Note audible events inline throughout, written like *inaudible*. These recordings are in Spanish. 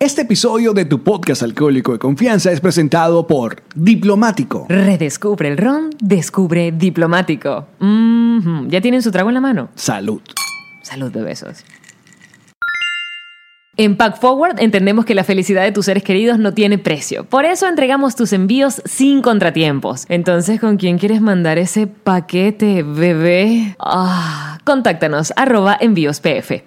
Este episodio de tu podcast alcohólico de confianza es presentado por Diplomático. Redescubre el ron, descubre diplomático. Mhm. ¿Ya tienen su trago en la mano? Salud. Salud de besos. En Pack Forward entendemos que la felicidad de tus seres queridos no tiene precio. Por eso entregamos tus envíos sin contratiempos. Entonces, ¿con quién quieres mandar ese paquete, bebé? Ah, contáctanos arroba envíos pf.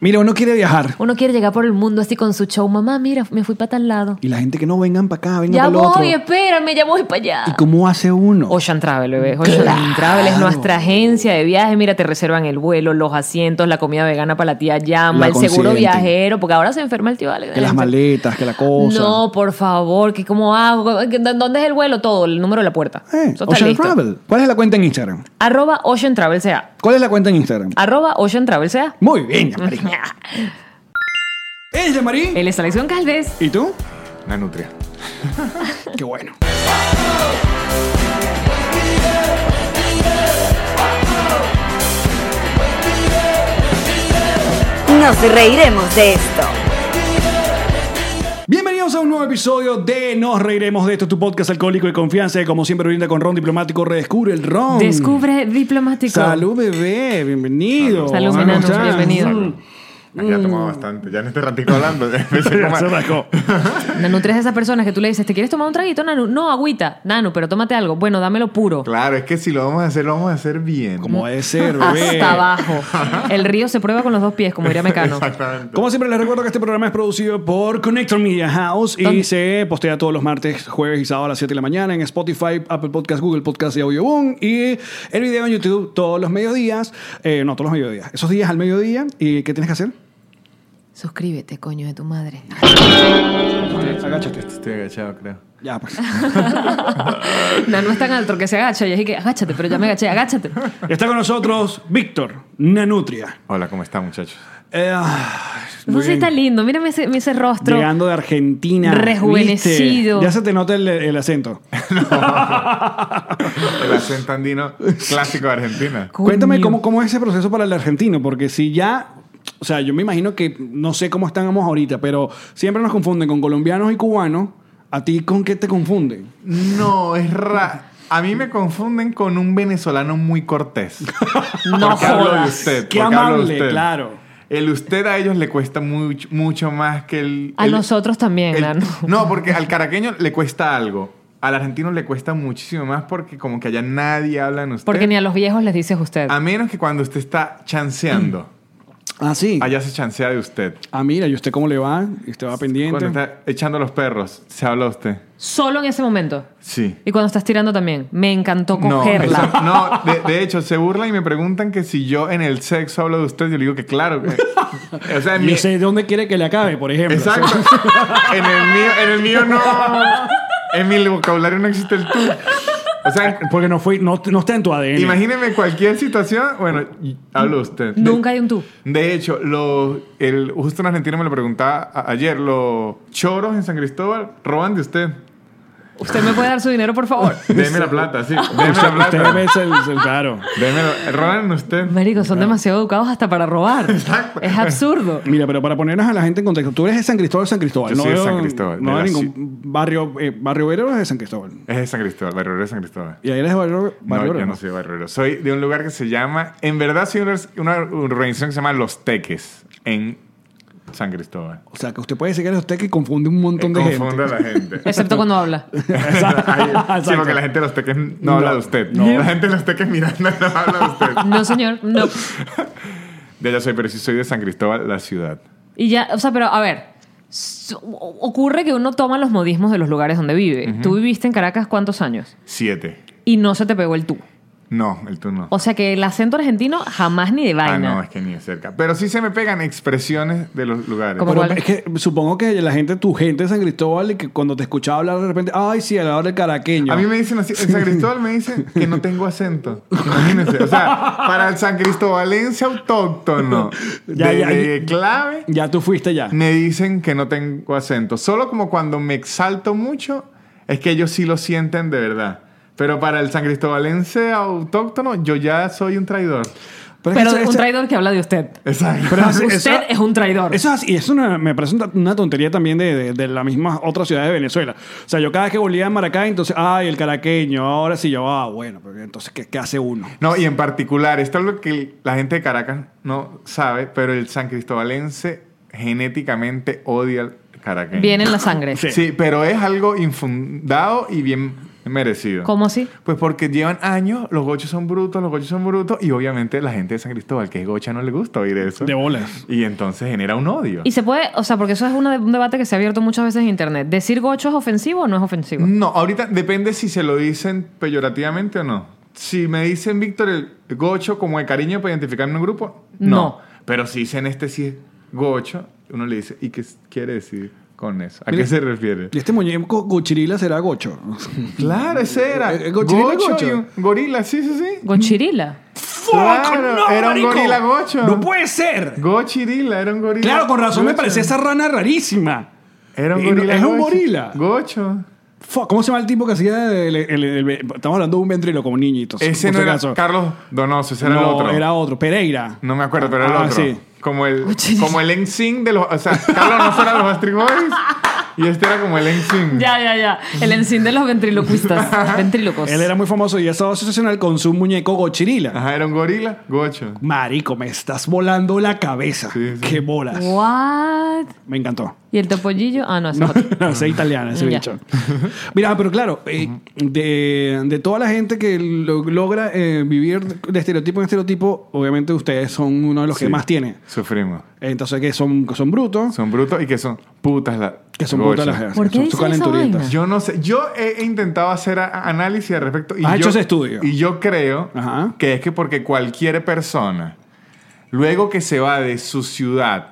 Mira, uno quiere viajar. Uno quiere llegar por el mundo así con su show. Mamá, mira, me fui para tal lado. Y la gente que no vengan para acá, vengan Ya para voy, eh, otro. espérame, ya voy para allá. ¿Y cómo hace uno? Ocean Travel, bebé. Ocean Claro. Travel es nuestra agencia de viajes. Mira, te reservan el vuelo, los asientos, la comida vegana para la tía La Llama, el seguro consienten. viajero, porque ahora se enferma el tío Alex. que las maletas, que la cosa. No, por favor, que cómo hago? ¿Qué- dó- ¿Dónde es el vuelo? Todo, el número de la puerta. Eh, Eso está Ocean listo. Travel. ¿Cuál es la cuenta en Instagram? Arroba Ocean Travel sea. ¿Cuál es la cuenta en Instagram? Arroba Ocean *laughs* Travel sea. Muy bien, Yamari. Ah. ¿Es Yamari? Él es Alexión Calves. ¿Y tú? La nutria. *laughs* Qué bueno. Nos reiremos de esto. Bienvenidos a un nuevo episodio de Nos Reiremos de esto, tu podcast alcohólico de confianza, que como siempre brinda con ron diplomático, redescubre el ron. Descubre diplomático. Mm. Salud, bebé, bienvenido. *laughs* Salud, Ah, ¿Cómo menano, estás? bienvenido. Mm. Aquí ya tomaba bastante. Ya en este ratico hablando. *laughs* empecé Ya como a- se sacó. Nanu, tú eres de esas personas que tú le dices, ¿te quieres tomar un traguito, Nanu? No, agüita. Nanu, pero tómate algo. Bueno, dámelo puro. Claro, es que si lo vamos a hacer, lo vamos a hacer bien. Como debe ser, bebé. Hasta *laughs* abajo. El río se prueba con los dos pies, como diría Mecano. Exactamente. Como siempre les recuerdo que este programa es producido por Connector Media House y ¿Dónde? se postea todos los martes, jueves y sábado a las 7 de la mañana en Spotify, Apple Podcast, Google Podcast y Audioboom y el video en YouTube todos los mediodías, eh, no todos los mediodías, esos días al mediodía y ¿qué tienes que hacer? Suscríbete, coño de tu madre. Agáchate. Estoy agachado, creo. Ya pues. Nanu es tan alto que se agacha y así que agáchate, pero ya me agaché, agáchate. Está con nosotros Víctor Nanutria. Hola, ¿cómo están, muchachos? Eh, ah, muy No sé, bien. está lindo. Mírame ese, ese rostro. Llegando de Argentina. ¿viste? Rejuvenecido. Ya se te nota el, el acento. El acento andino clásico de Argentina. Coño. Cuéntame cómo, cómo es ese proceso para el argentino, porque si ya, o sea, yo me imagino que no sé cómo estamos ahorita, pero siempre nos confunden con colombianos y cubanos. ¿A ti con qué te confunden? No, es ra... A mí me confunden con un venezolano muy *laughs* cortés. No Porque hablo de jodas. usted. Qué porque hablo de amable, usted. claro. El usted a ellos le cuesta mucho, mucho más que el... A el- nosotros también, El- Nanu. *laughs* no, porque al caraqueño le cuesta algo. Al argentino le cuesta muchísimo más porque como que allá nadie habla en usted. Porque ni a los viejos les dices usted. A menos que cuando usted está chanceando. Mm. Ah, sí. Allá se chancea de usted. Ah, mira, ¿y usted cómo le va? ¿Y usted va pendiente? Cuando está echando los perros, se habla de usted. Solo en ese momento. Sí. Y cuando estás tirando también. Me encantó No, cogerla. *laughs* eso- no de, de hecho, se burlan y me preguntan que si yo en el sexo hablo de usted. Yo le digo que *laughs* claro. que- o sea, en mi- Yo sé dónde quiere que le acabe, por ejemplo. Exacto. en, el mío, en el mío no. En mi vocabulario no existe el tú. O sea, *laughs* Porque no, fue, no, no está en tu ADN. Imagíneme cualquier situación. Bueno, y- habla usted. De- Nunca hay un tú. De hecho, lo, el, justo un argentino me lo preguntaba a- ayer. Los choros en San Cristóbal roban de usted. ¿Usted me puede dar su dinero, por favor? Deme la *laughs* plata, sí. Deme Usted, la plata. usted ve el, el- claro. Deme la- roban de usted. Marico, son demasiado educados hasta para robar. Exacto. Es absurdo. Mira, pero para ponernos a la gente en contexto, tú eres de San Cristóbal, San Cristóbal. Yo no soy de veo- San Cristóbal, No de veo la ningún barrio. eh, barrio Obrero es de San Cristóbal. Es de San Cristóbal, barrio Obrero de San Cristóbal. ¿Y ahí eres de Barrio, barrio no, Obrero? yo no soy de barrio Obrero. Soy de un lugar que se llama. En verdad, soy de una, una organización que se llama Los Teques en San Cristóbal. O sea, que usted puede decir que eres usted que confunde un montón de Confunde a la gente. Excepto cuando habla. Exacto. *laughs* Sí, porque la gente de los teques no, habla de usted. no. La gente de los teques mirando no habla de usted. *laughs* No, señor. No. De allá soy, pero sí soy de San Cristóbal, la ciudad. Y ya, o sea, pero a ver, s- o- ocurre que uno toma los modismos de los lugares donde vive. Tú viviste en Caracas cuántos años Siete. y no se te pegó el tú. No, el tú no. O sea que el acento argentino jamás ni de Ah, vaina. no, es que ni de cerca. Pero sí se me pegan expresiones de los lugares. Como- Pero ¿Cuál? es que supongo que la gente, tu gente de San Cristóbal, y que cuando te escuchaba hablar de repente, ay, sí, hablar del caraqueño. A mí me dicen así, en San Cristóbal me dicen que no tengo acento. Imagínense. O sea, para el San Cristobalense autóctono Ya, de, ya, de clave, Ya tú fuiste ya. me dicen que no tengo acento. Solo como cuando me exalto mucho, es que ellos sí lo sienten de verdad. Pero para el San Cristobalense autóctono, yo ya soy un traidor. Pero, es que Pero eso- un eso- traidor que habla de usted. Exacto. pero eso- Usted es un traidor. Eso es así. Y es una, me parece una- una tontería también de, de, de la misma otra ciudad de Venezuela. O sea, yo cada vez que volvía a Maracay, entonces, ay, el caraqueño, ahora sí yo, ah, bueno, pero entonces, ¿qué, qué hace uno? *laughs* No, y en particular, esto es lo que la gente de Caracas no sabe, pero el san cristobalense genéticamente odia al caraqueño. Viene en la sangre. Sí. pero es algo infundado y bien merecido. ¿Cómo así? Pues porque llevan años, los gochos son brutos, los gochos son brutos, y obviamente la gente de San Cristóbal, que es gocha, no le gusta oír eso. De bolas. Y entonces genera un odio. Y se puede, o sea, porque eso es una de- un debate que se ha abierto muchas veces en internet. ¿Decir gocho es ofensivo o no es ofensivo? Mm. No, ahorita depende si se lo dicen peyorativamente o no. Si me dicen Víctor el gocho como de cariño para identificarme en un grupo, no. No. Pero si dicen este sí es gocho, uno le dice, ¿y qué s- quiere decir con eso? ¿A Mira. qué se refiere? Y este muñeco Gochirila será Gocho. Claro, ese era. Eh, eh, Gocho, gochirila, gocho. y un gorila, sí, sí, sí. Gochirila. Claro, era un gorila gocho. No puede ser. Gochirila, era un gorila. Claro, con razón me Gocho. parecía esa rana rarísima. Era un Y no- gorila. es un gocho. gorila. Gocho. Fuck, ¿Cómo se llama el tipo que hacía el, el- el- el- Estamos hablando de un ventrilo como niñitos. Ese por no si era acaso. Carlos Donoso, ese era no, el otro. era otro. Pereira. No me acuerdo, pero era Ah, el otro. sí. Como el, Gochirila. como el NSYNC de los... O sea, Carlos Donoso era los Astrid Boys y este era como el NSYNC. Ya, ya, ya. El encín de los ventriloquistas. Ventrílocos. *laughs* Él era muy famoso y estaba asociacional con su muñeco Gochirila. Ajá, era un gorila. Gocho. Marico, me estás volando la cabeza. Sí, sí. Qué bolas. What? Me encantó. ¿Y el topollillo? Ah, no, ese es otro. *laughs* No, soy italiana ese Ya. bicho. Mira, pero claro, eh, de, de toda la gente que lo- logra eh, vivir de estereotipo en estereotipo, obviamente ustedes son uno de los que Sí. más tiene. Sufrimos. Entonces, que son, que son brutos, Son brutos y que son putas las... que son brutas gochas. las jefas, ¿Por qué son- son dicen esa calenturientas. vaina? Yo no sé. Yo he he intentado hacer a- a- análisis al respecto. Y ¿Has yo, hecho ese estudio? Y yo creo Ajá. que es que porque cualquier persona, luego que se va de su ciudad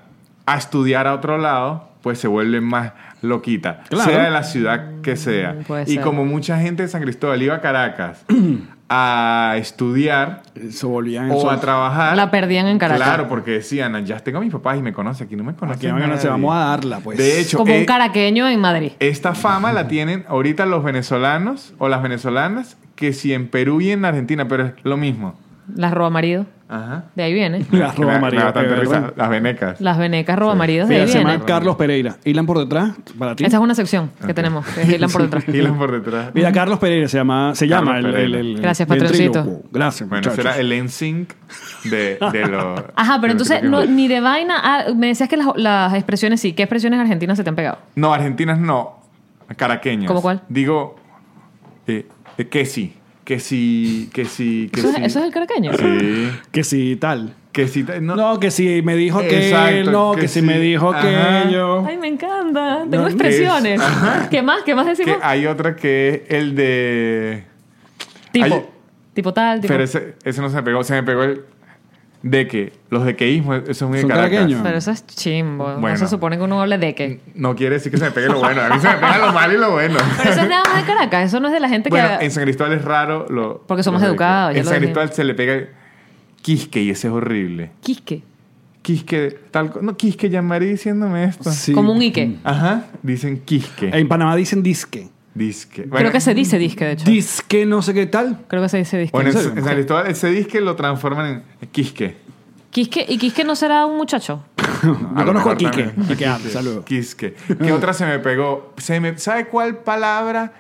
a estudiar a otro lado, pues se vuelve más loquita. Claro. Sea de la ciudad que sea. Mm, puede y ser. como mucha gente de San Cristóbal iba a Caracas *clears throat* a estudiar Se volvían o a son- trabajar. La perdían en Caracas. Claro, porque decían, "Ah, ya tengo a mis papás y me conoce, aquí no me conoce. Aquí no me conoce, nadie". vamos a darla, pues. De hecho, Como un eh, caraqueño en Madrid. esta fama la tienen ahorita los venezolanos o las venezolanas que si en Perú y en Argentina, pero es lo mismo. Las roba marido. Ajá. De ahí viene. Las Que *laughs* me- roba me María, da tanta qué risa. vergüenza. Las venecas. Las venecas roba maridos. De Mira, ahí se viene. llama Carlos Pereira. Hilan por detrás, para ti. Esa es una sección que tenemos. Que es Hilan por *laughs* detrás. Hilan por detrás. Mira, Carlos Pereira se llama, se Carlos llama el, el- Pereira. el- Gracias, ventrílocuo. patroncito. Gracias, Bueno, muchachos. será el NSYNC de, de los... *laughs* Ajá, pero de los entonces, que- no, ni de vaina. ah, me decías que las, las expresiones sí. ¿Qué expresiones argentinas se te han pegado? No, argentinas no. Caraqueñas. ¿Cómo cuál? Digo, eh, eh, que sí. Que sí, que sí, que ¿Eso, sí. es, eso es el caraqueño. Sí. Que si tal. Que sí. ta- No, No. que si me dijo que Exacto, él, no, que, que si sí. me dijo Ajá. que yo. Ay, me encanta. Tengo No, expresiones. es- ajá. ¿Qué más? ¿Qué más decimos? Que hay otra que es el de... tipo. hay- tipo tal. Tipo. Pero ese, ese no se me pegó, se me pegó el de que los de queísmos, eso es muy de Son Caracas. caraqueños. Pero eso es chimbo. No Bueno. Mm. se supone que uno hable de qué. No quiere decir que se me pegue lo bueno, a mí se me pega lo malo y lo bueno. *laughs* Pero eso es nada más de Caracas. Eso no es de la gente bueno, que. en San Cristóbal es raro lo Porque somos lo de educados, que- ya En lo San dije. Cristóbal se le pega el quisque y ese es horrible. Quisque. Quisque, tal co- no quisque llamaré diciéndome esto. Sí. Como un Mm. Ike. Ajá, dicen quisque. En Panamá dicen disque. Disque. Creo que se dice disque, de hecho. Disque no sé qué tal. Creo que se dice disque. Bueno, en, ¿En serio? en San Cristóbal ese disque lo transforman en quisque. Quisque, y Quisque no será un muchacho. Yo lo conozco a mejor Quique. también. Quique ah, Ávila, saludos. Quisque. ¿Qué otra se me pegó? Se me, ¿Sabe cuál palabra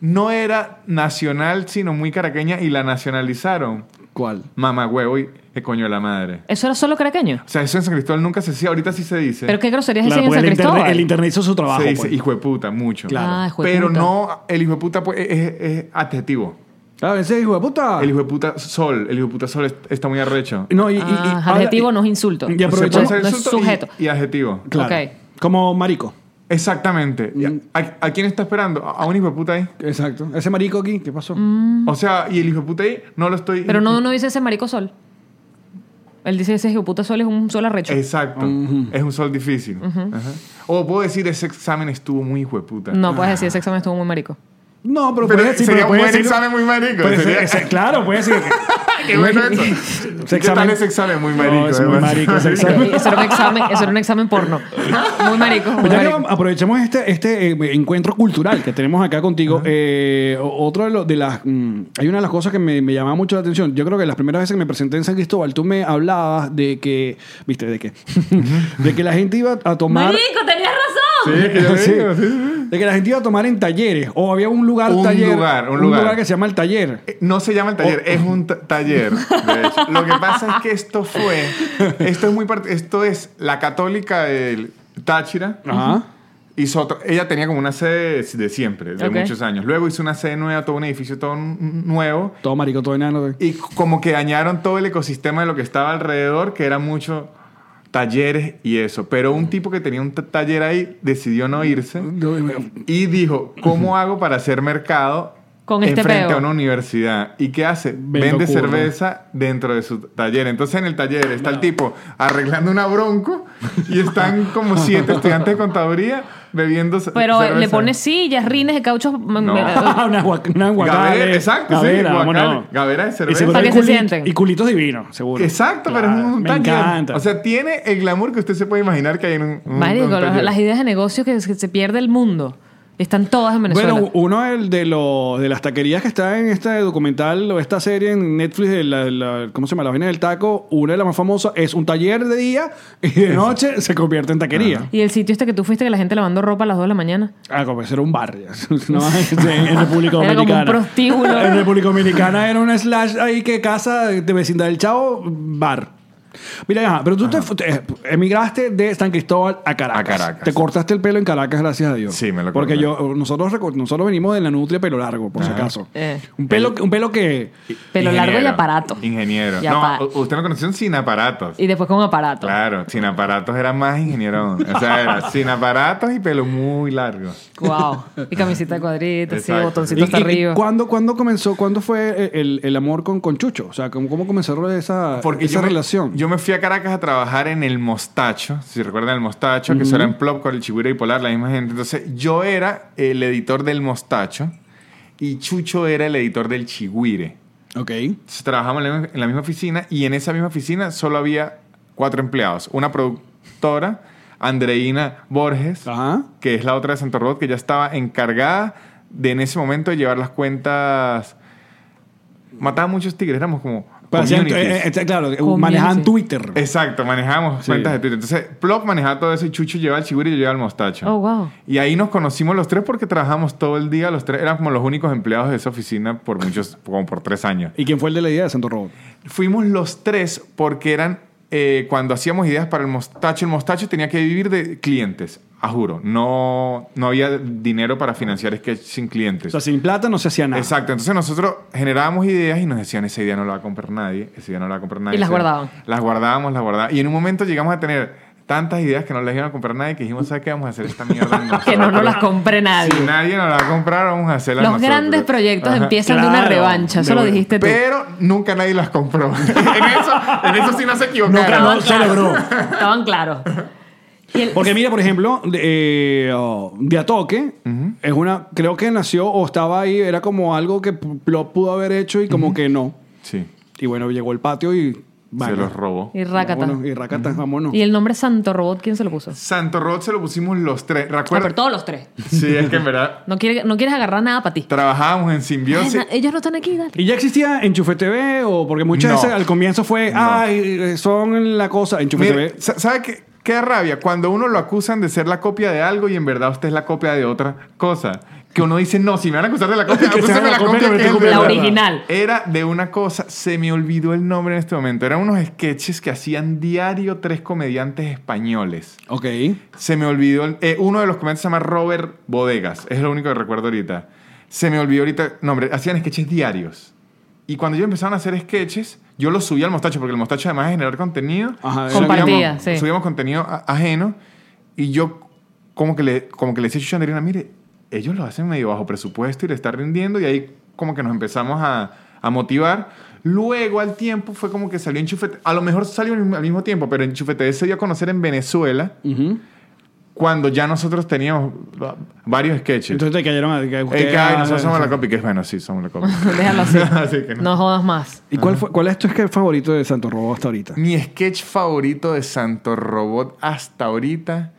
no era nacional, sino muy caraqueña y la nacionalizaron? ¿Cuál? Mamagüevo y qué coño de la madre. Eso era solo caraqueño. O sea, eso en San Cristóbal nunca se decía. Ahorita sí se dice. Pero qué groserías Claro, dicen porque en San el, Cristóbal. internet, el internet hizo su trabajo. se dice pues. hijo de puta mucho. Claro. Ah, hijo de Pero puta. no, el hijo de puta pues, es, es adjetivo. A veces Ah, hijo de puta. El hijo de puta sol. El hijo de puta sol es- está muy arrecho. No, y, y- y- Ah, habla- adjetivo y- no es insulto. Y Se puede aprovechamos. ser No es insulto y- sujeto. Y, adjetivo. Claro. Ok. Como marico. Exactamente. Mm. ¿A, a quién está esperando? ¿A a un hijo de puta ahí? Exacto. Ese marico aquí, ¿qué pasó? Mm. O sea, y el hijo de puta ahí no lo estoy... Pero no, no dice ese marico sol. Él dice ese puta sol es un sol arrecho. Exacto. Es un sol difícil. Ajá. O puedo decir, ese examen estuvo muy hijo de puta. No Ah. puedes decir ese examen estuvo muy marico. No, pero, Pero puede- sí, pero sería un puede buen decirlo- examen muy marico. puede ser- sería- *laughs* ese- claro, puede ser que- Ah, Qué bueno eso. *laughs* ¿Qué examen- tal ese examen muy marico? No, es muy eh, marico *laughs* ese Eso examen. era un examen, eso era un examen porno. Muy marico. muy Pues ya que marico. vamos- aprovechemos este, este eh, encuentro cultural que tenemos acá contigo. Eh, o- otro de, lo- de las. mm, hay una de las cosas que me, me llamaba mucho la atención. Yo creo que las primeras veces que me presenté en San Cristóbal, tú me hablabas de que. *laughs* ¿Viste? ¿De qué? de que la gente iba a tomar. Marico, tenías razón. Sí, que *laughs* yo Sí. digo, sí, sí. De que la gente iba a tomar en talleres. O había un lugar Un taller. lugar, un lugar. que se llama el taller. Eh, No se llama el taller, Oh. es un ta- taller. de hecho. Lo que pasa es que esto fue, esto es muy part- esto es la católica del Táchira. Ajá. Hizo otro- ella tenía como una sede de siempre, de Ok. muchos años. Luego hizo una sede nueva, todo un edificio todo n- nuevo. Todo marico, todo *laughs* enano. Y como que dañaron todo el ecosistema de lo que estaba alrededor, que era mucho talleres y eso. Pero un tipo que tenía un ta- taller ahí decidió no irse y dijo, ¿cómo hago para hacer mercado Con este enfrente peo. a una universidad? ¿Y qué hace? Vendo Vende culo. cerveza dentro de su taller. Entonces en el taller está el tipo arreglando una bronco y están como siete estudiantes de contaduría bebiendo ce- Pero cerveza. le pones sillas, rines de cauchos. m- No. m- *laughs* Una guac- una guacale. Gavera, exacto, Gavera, sí, vámonos. guacale, gavera de Y cerveza. seguro Para hay que se culit- sienten. Y culitos divinos, seguro. Exacto, pero Claro, es un me taller. encanta. O sea, tiene el glamour que usted se puede imaginar que hay en un, un- Marico, un las- taller. las ideas de negocio que se, se pierde el mundo. Están todas en Venezuela. Bueno, uno del- de, los de las taquerías que está en este documental o esta serie en Netflix, de la, la- ¿cómo se llama? La vaina del taco, una de las más famosas es un taller de día y de noche se convierte en taquería. y el sitio este que tú fuiste que la gente lavando ropa a las 2 de la mañana. Ah, como ser un *laughs* bar, ya. no, este, en República Dominicana. Era como un prostíbulo. En República Dominicana era un slash ahí que casa de vecindad del Chavo, bar. Mira, ajá, pero tú te, fu- te- emigraste de San Cristóbal a Caracas. A Caracas. Te cortaste el pelo en Caracas, gracias a Dios. Sí, me lo Porque corté. yo, nosotros, reco- nosotros venimos de la nutria pelo largo, por si acaso. Eh. Un, pelo, un pelo que... Pelo Ingeniero, largo y aparato. Ingeniero. Y no, apa- u- usted me conoció sin aparatos. Y después con aparato. Claro, sin aparatos era más ingeniero aún. O *laughs* sea, era sin aparatos y pelo muy largo. Wow. Y camisita de cuadritos, sí, Exacto. botoncito hasta ¿Y- y- arriba. ¿cuándo, cuándo comenzó? ¿Cuándo fue eh, el, el amor con, con Chucho? O sea, ¿cómo, cómo comenzó esa, esa yo me- relación? yo me fui a Caracas a trabajar en el Mostacho, si recuerdan el Mostacho, que eso era en Plop con el Chigüiro y Polar, la misma gente. Entonces, yo era el editor del Mostacho y Chucho era el editor del Chigüire. Ok. Entonces, trabajamos en la, misma- en la misma oficina y en esa misma oficina solo había cuatro empleados. Una productora, Andreina Borges, Ajá. que es la otra de Santo Robot, que ya estaba encargada de en ese momento de llevar las cuentas. Mataba muchos tigres, éramos como. Parecían, communities. eh, eh, claro, Community. manejaban Twitter. Exacto, manejábamos Sí. cuentas de Twitter. Entonces, Plop manejaba todo eso y Chucho llevaba el chiguri y yo llevaba el mostacho. Oh, wow. Y ahí nos conocimos los tres porque trabajamos todo el día. Los tres éramos los únicos empleados de esa oficina por muchos, como por tres años. ¿Y quién fue el de la idea de Santo Robot? Fuimos los tres porque eran eh, cuando hacíamos ideas para el mostacho, el mostacho tenía que vivir de clientes, a juro. No, no había dinero para financiar sketch sin O clientes. sea, sin plata no se hacía nada. Exacto, entonces nosotros generábamos ideas y nos decían, esa idea no la va a comprar nadie, esa idea no la va a comprar nadie. Y las Esa- guardaban. Las guardábamos, las guardábamos. Y en un momento llegamos a tener tantas ideas que no las iban a comprar nadie que dijimos, ¿sabes qué? Vamos a hacer *laughs* esta mierda. que no nos nosotros. las compre nadie. Si nadie nos la va a comprar, vamos a hacerla Los nosotros. grandes proyectos Ajá. empiezan de una Claro. revancha. Eso De lo una. dijiste tú. Pero nunca nadie las compró. *laughs* en, eso, en eso sí no se equivocaron. No, se logró. Estaban claros. Y el- Porque mira, por ejemplo, de, eh, oh, De Atoque es una, creo que nació o estaba ahí, era como algo que Plop pudo haber hecho y como que no. Sí, Y bueno, llegó el patio y... se bueno, los robó. y Rakata. vámonos, y Rakata, vámonos. Y el nombre Santo Robot, ¿quién se lo puso? Santo Rod se lo pusimos los tres. Ah, pero ¿Recuerdas? todos los tres. sí, es que en verdad No, quiere- no quieres agarrar nada para ti. trabajábamos en Ay, simbiosis. na- ellos no eh. están aquí, dale. *laughs* ¿Y ya existía Enchufe TV? O porque muchas No. veces al comienzo fue, No. ay, eh, son la cosa, Enchufe Mira, TV. sa- ¿Sabe qué, qué rabia? Cuando uno lo acusan de ser la copia de algo y en verdad usted es la copia de otra cosa. Que uno dice, no, si me van a acusar de la copia, Que sea la acúsenme la copia copia que me *laughs* que estoy es de La verdad. original. Era de una cosa, se me olvidó el nombre en este momento. Eran unos sketches que hacían diario tres comediantes españoles. Ok. Se me olvidó. el- eh, uno de los comediantes se llama Robert Bodegas. Es lo único que recuerdo ahorita. Se me olvidó ahorita. el Nombre. Hacían sketches diarios. Y cuando ellos empezaron a hacer sketches, yo los subí al mostacho, porque el mostacho además de generar contenido, Ajá, subíamos- Compartía, sí. subíamos contenido a- ajeno. Y yo como que le, como que le decía a Chuchanderina, mire, ellos lo hacen medio bajo presupuesto y le está rindiendo y ahí como que nos empezamos a, a motivar. Luego al tiempo fue como que salió Enchufete, a lo mejor salió al mismo- al mismo tiempo, pero Enchufete se dio a conocer en Venezuela Ujú. cuando ya nosotros teníamos va- varios sketches. Entonces te cayeron a... que Eh, usted- que, ay, ah, nosotros somos sí. la copy, que es bueno, sí, somos *laughs* la copy. *laughs* Déjalo así. Así que no. No jodas más. ¿Y cuál, fue, cuál es tu sketch favorito de Santo Robo hasta ahorita? Mi sketch favorito de Santo Robot hasta ahorita.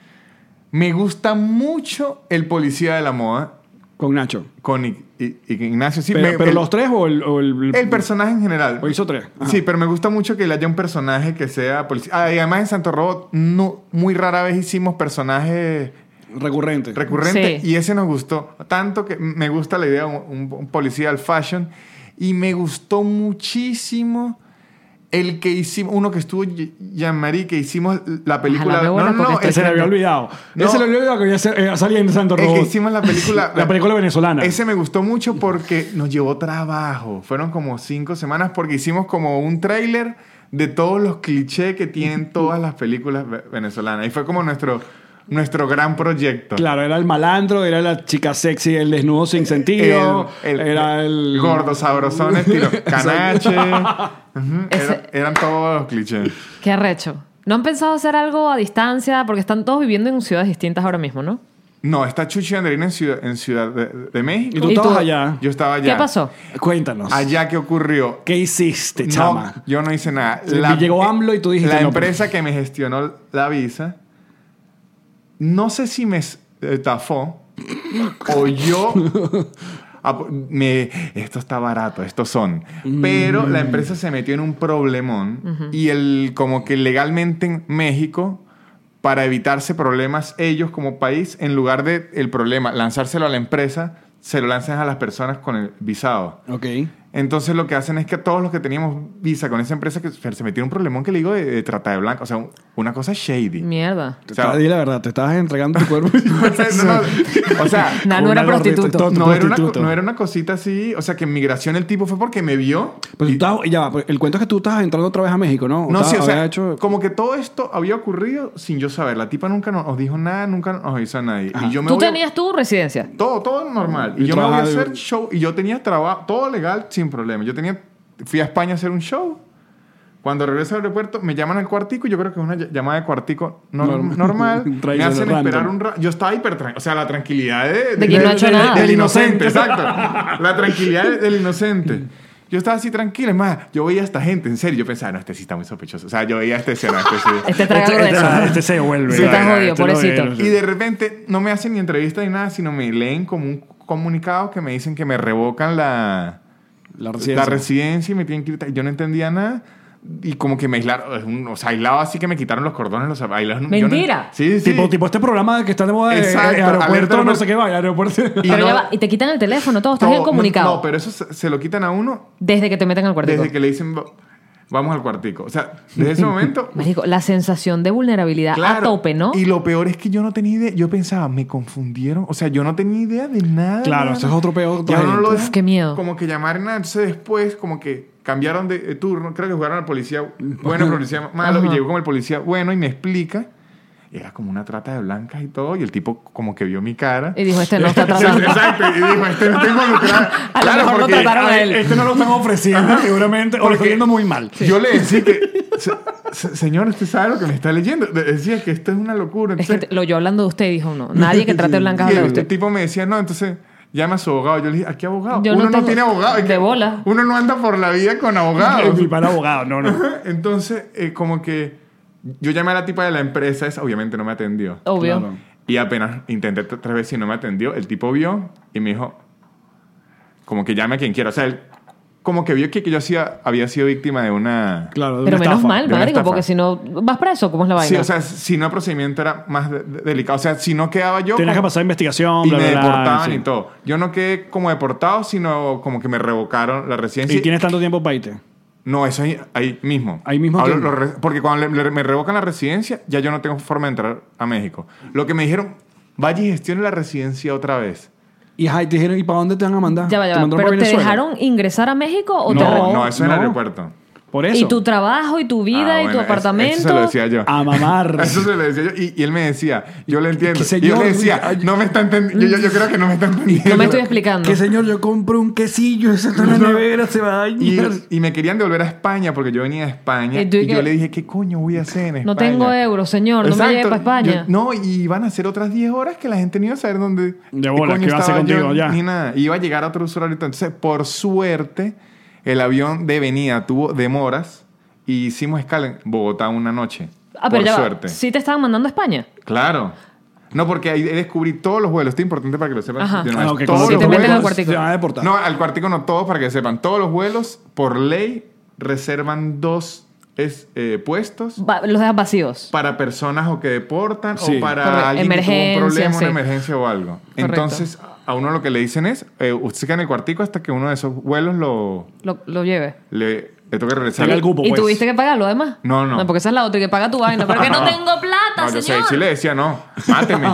Me gusta mucho el policía de la moda Con Nacho. con I- I- Ignacio. Sí, ¿Pero, me- pero el, los tres o el...? o el, el personaje en general. ¿O hizo tres? Ajá. Sí, pero me gusta mucho que le haya un personaje que sea policía. Ah, y además en Santo Robot no, muy rara vez hicimos personajes Recurrente. recurrente Sí. y ese nos gustó tanto que me gusta la idea un, un- un policía al fashion y me gustó muchísimo el que hicimos uno que estuvo Ye- Jean-Marie que hicimos la película Ojalá me vuelva porque Ese el, le había olvidado. No. Ese le había olvidado que ya se- eh, salía en Santo el Robo. que hicimos la película *laughs* La película venezolana. ese me gustó mucho porque nos llevó trabajo fueron como cinco semanas porque hicimos como un tráiler de todos los clichés que tienen todas las películas ve- venezolanas y fue como nuestro nuestro gran proyecto Claro, era el malandro, era la chica sexy, el desnudo sin sentido, El- el- era el... gordo *laughs* sabrosón estilo canache. Ujú, Ese- era- eran todos los clichés. Qué arrecho. ¿No han pensado hacer algo a distancia? Porque están todos viviendo en ciudades distintas ahora mismo, ¿no? No, está Chuchi Andrina en Ciudad, en ciudad de, de Y México. tú ¿Y tú? estabas allá. Yo estaba allá. ¿Qué pasó? Cuéntanos. Allá qué ocurrió. ¿Qué hiciste, No, este chama? yo no hice nada. eh, Sí, llegó AMLO y tú dijiste, La no, pues". empresa que me gestionó la visa, no sé si me estafó *laughs* o yo ap- me, esto está barato, estos son. Pero Mm. la empresa se metió en un problemón y el como que legalmente en México para evitarse problemas ellos como país en lugar de el problema lanzárselo a la empresa, se lo lanzan a las personas con el visado. Ok. Entonces lo que hacen es que todos los que teníamos visa con esa empresa que se metió un problemón que le digo de, de trata de blanca, o sea, un- una cosa shady. Mierda. Te O sea- estaba- di la verdad, te estabas entregando tu cuerpo. *laughs* *laughs* No, no, o sea, Nano era prostituto. no era, una, co- no era una cosita así, o sea, que en migración el tipo fue porque me vio. Pero Pues tú y- estabas- ya, va, pero el cuento es que tú estabas entrando otra vez a México, ¿no? no, Estabas- sí, o sea, habías hecho- como que todo esto había ocurrido sin yo saber. La tipa nunca nos dijo nada, nunca nos hizo nada. Ajá. Y yo me Tú voy a- tenías tu residencia. Todo, todo normal. Y, Y yo me voy a trabajar- hacer show. Y yo tenía trabajo, todo legal, sin problema. Yo tenía, fui a España a hacer un show. Cuando regreso al aeropuerto, me llaman al cuartico. y Yo creo que es una ll- llamada de cuartico nor- *laughs* Norm- normal. me Traicionero hacen random. esperar un rato. Yo estaba hiper tranquilo. O sea, la tranquilidad de, De que no ha hecho nada. Del inocente, exacto. La tranquilidad de- del inocente. Yo estaba así tranquilo. Es más, yo veía a esta gente, en serio. Yo pensaba, no, este sí está muy sospechoso. O sea, yo veía a este escena. Este sí. *laughs* Este traga grueso. este se vuelve. Sí, está jodido, Este lo pobrecito. vieron, sí. Y de repente no me hacen ni entrevista ni nada, sino me leen como un comunicado que me dicen que me revocan la, La la residencia. residencia y me tienen que ir. Yo no entendía nada. Y como que me aislaron, es un- o sea, aislado así que me quitaron los cordones, los aislaron. yo no- Mentira. sí, sí. Tipo, tipo este programa que está de moda de Exacto, eh, aeropuerto, alerta, no sé qué vaya, aeropuerto. *laughs* Y pero no- ya va, y te quitan el teléfono, todo, estás todo- bien comunicado. No, pero eso se, se lo quitan a uno Desde que te meten al cuartico. desde que le dicen, "Va- vamos al cuartico. O sea, desde *laughs* ese momento. Marico, la sensación de vulnerabilidad a claro. tope, ¿no? Y lo peor es que yo no tenía idea. Yo pensaba, me confundieron. O sea, yo no tenía idea de nada. Claro, nada, eso es otro peor. Ya no lo Uf, qué miedo. Como que llamaron a entonces después, como que cambiaron de, de turno. Creo que jugaron al policía bueno, al *laughs* policía malo. Y Ajá. llegó como el policía bueno y me explica. Era como una trata de blancas y todo. Y el tipo como que vio mi cara. Y dijo, este no *laughs* está tratando. Exacto. Y dijo, este no está involucrado. *laughs* A lo mejor lo trataron a él. Este no lo están ofreciendo, seguramente. O lo estoy viendo muy mal. *laughs* Yo le decía que, "Se- se- señor, usted sabe lo que me está leyendo. Le decía que esto es una locura. Es que entonces- te- lo yo hablando de usted dijo, no. Nadie que trate blancas habla Y de el, el usted. tipo me decía, no, entonces llama a su abogado. Yo le dije, ¿a qué abogado? Yo uno no no, tengo- tiene abogado. Es de que bola. Uno no anda por la vida *laughs* con abogados. Mi pana abogado, no, no. *laughs* Entonces, eh, como que yo llamé a la tipa de la empresa, esa obviamente no me atendió. Obvio. Claro. Y apenas intenté t- tres veces y no me atendió. El tipo vio y me dijo, como que llame a quien quiera. O sea, él como que vio que, que yo hacía, había sido víctima de una... Claro, de Pero una menos estafa. mal, de una marico, estafa. porque si no, ¿vas preso? ¿Cómo es la vaina? Sí, o sea, si no el procedimiento era más de- de- delicado. O sea, si no quedaba yo... Tenías que como- pasar investigación, Y bla, me bla, bla. deportaban sí. y todo. Yo no quedé como deportado, sino como que me revocaron la residencia. ¿Y tienes tanto tiempo para irte? No, eso ahí, ahí mismo. Ahí mismo Hablo- tiempo. lo re- porque cuando le- le- me revocan la residencia, ya yo no tengo forma de entrar a México. Lo que me dijeron, vaya y gestione la residencia otra vez. Y ajá, y te dijeron, ¿y para dónde te van a mandar? ya va, ya va. mandaron ¿Pero para te Venezuela? dejaron ingresar a México o No, te no, re- eso en no. el aeropuerto. Por eso. Y tu trabajo, y tu vida, Ah, y bueno, tu eso- apartamento. Eso se lo decía yo. A *laughs* mamar. Eso se lo decía yo. Y, y él me decía, yo le entiendo. que y yo señor, le decía, ay- no me está entendiendo. Yo, yo- yo creo que no me está entendiendo. *laughs* No me estoy explicando. Que señor, yo compro un quesillo, esa está en la nevera, se va a Y, dañar. y me querían devolver a España porque yo venía de España. Y Y, tú y yo que- le dije, ¿qué coño voy a hacer en España? Eh, No tengo euros, señor. No me lleve para Exacto. España. Yo- no, y van a ser otras 10 horas que la gente no iba a saber dónde. De qué bola, coño ¿qué va a hacer estaba yo, contigo? Ya. Ni nada. Iba a llegar a otro usuario. Entonces, por suerte, el avión de venida tuvo demoras y hicimos escala en Bogotá una noche. ah, pero por ya va. suerte. Sí te estaban mandando a España. Claro. No, porque ahí descubrí todos los vuelos. Esto es importante para que lo sepan. Ajá. de una Ah, vez. ok, Todos cuando Si los te meten al vuelos- cuartico. se van a deportar. No, al cuartico no todos para que sepan. Todos los vuelos, por ley, reservan dos es, eh, puestos Va- los dejas vacíos. para personas o que deportan Sí. o para Correcto. alguien que tuvo un Emergencia, problema, sí. una emergencia o algo. Entonces, a uno lo que le dicen es, eh, usted se queda en el cuartico hasta que uno de esos vuelos lo, Lo, lo lleve. le, le toque regresar. Llega el cupo, ¿Y pues. tuviste que pagarlo además? No, no. porque esa es la otra, que paga tu vaina. Porque no tengo plata, *laughs* No, yo sé, señor. sí le decía, no, *laughs* máteme,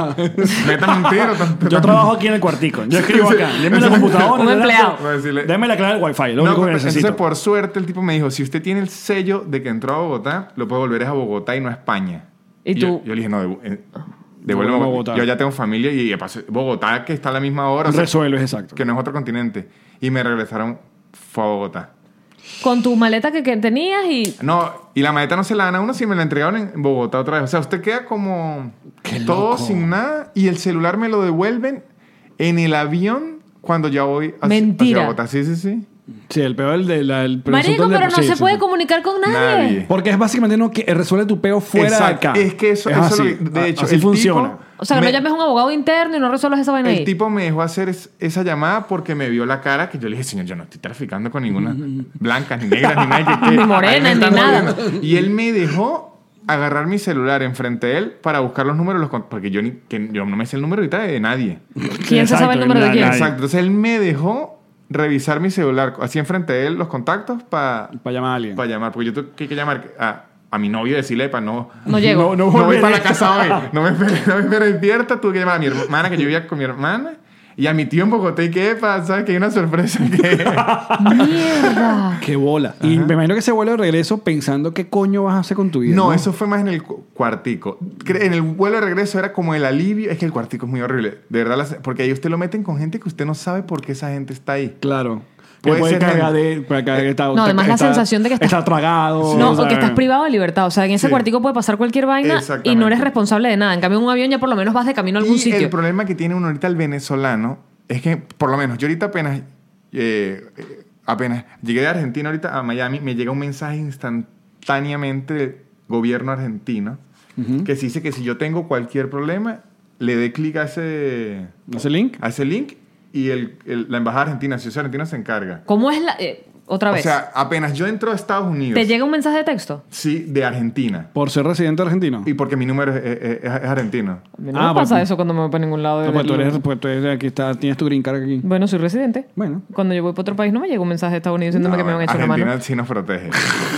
métame un tiro. tan- Yo trabajo aquí en el cuartico. Yo escribo acá. *laughs* Deme la computadora. Un la empleado. laptop, Voy a decirle- Deme la clave del wifi. Lo No, único que pero necesito. Entonces, por suerte, el tipo me dijo, si usted tiene el sello de que entró a Bogotá, lo puede volver es a Bogotá y no a España. ¿Y tú? Yo, yo le dije, no, devu- eh, devuélveme Devuélveme a a Bogotá. Bogotá. Yo ya tengo familia y de paso, Bogotá, que está a la misma hora, o sea, Resuelves, exacto. que no es otro continente. Y me regresaron fue a Bogotá. Con tu maleta que, que tenías y... No, y la maleta no se la dan a uno, si me la entregaron en Bogotá otra vez. O sea, usted queda como todo sin nada y el celular me lo devuelven en el avión cuando ya voy hacia, Mentira. hacia Bogotá. Sí, sí, sí. Sí, el peor de la. El Marico, asunto del- pero no sí, se sí, puede sí. comunicar con nadie. Nadie. Porque es básicamente no que resuelve tu peo fuera Exacto. de acá. Es que eso, es eso así. lo que- A- de hecho, así el funciona. tipo O sea, que me- no llames a un abogado interno y no resuelvas esa vaina ahí. El tipo me dejó hacer es- esa llamada porque me vio la cara que yo le dije, señor, yo no estoy traficando *laughs* con ninguna blanca, ni negra, ni nada. que- que- Ni morena, ahí me ni están nada. jodiendo". Y él me dejó agarrar mi celular enfrente de él para buscar los números, los con- porque yo, ni, que yo no me sé el número ahorita de nadie. ¿Quién se sabe el número de na- quién? nadie. Exacto. Entonces él me dejó revisar mi celular, así enfrente de él, los contactos para Para llamar a alguien. llamar. Porque yo tuve que- que llamar a, a mi novio y decirle para no... No llego. No, no No voy volveré. para la casa hoy. No me esperes, no me esperes despierta. Tuve que llamar a mi hermana, que yo vivía con mi hermana. Y a mi tío en Bogotá. ¿Y qué pasa? ¿Sabes que hay una sorpresa? *laughs* *laughs* Que... Mierda. Qué bola. Y me imagino que se vuelve de regreso pensando qué coño vas a hacer con tu vida. No, eso fue más en el cu- cuartico. Cre- En el vuelo de regreso era como el alivio. Es que el cuartico es muy horrible. De verdad, las- porque ahí usted lo meten con gente que usted no sabe por qué esa gente está ahí. Claro. Puede Que puede ser Eh, cargar gente. de. puede cargar que está- Eh, No, además la está- sensación de que estás- Está tragado. no, o sea, o que estás privado de libertad. O sea, en ese Sí. cuartico puede pasar cualquier vaina y no Exactamente. eres responsable de nada. En cambio, en un avión ya por lo menos vas de camino a algún y sitio. el problema que tiene uno ahorita el venezolano es que, por lo menos, yo ahorita apenas, eh, eh, apenas llegué de Argentina ahorita a Miami, me llega un mensaje instantáneamente del gobierno argentino que se dice que si yo tengo cualquier problema, le dé clic a ese, ¿No se link? a ese link y el- el- la embajada argentina, si es argentina, se encarga. ¿Cómo es la...? eh, otra O vez. sea, apenas yo entro a Estados Unidos, ¿Te llega un mensaje de texto? sí, de Argentina. Por ser residente argentino. Y porque mi número es- es- es- es argentino. A mí no Ah, me pasa porque- eso cuando me voy para ningún lado. No, pues tú del- eres, pues tú eres- aquí está, tienes tu green card aquí. Bueno, soy residente. Bueno. Cuando yo voy para otro país no me llega un mensaje de Estados Unidos diciéndome que me van a echar la Argentina mano. sí nos protege.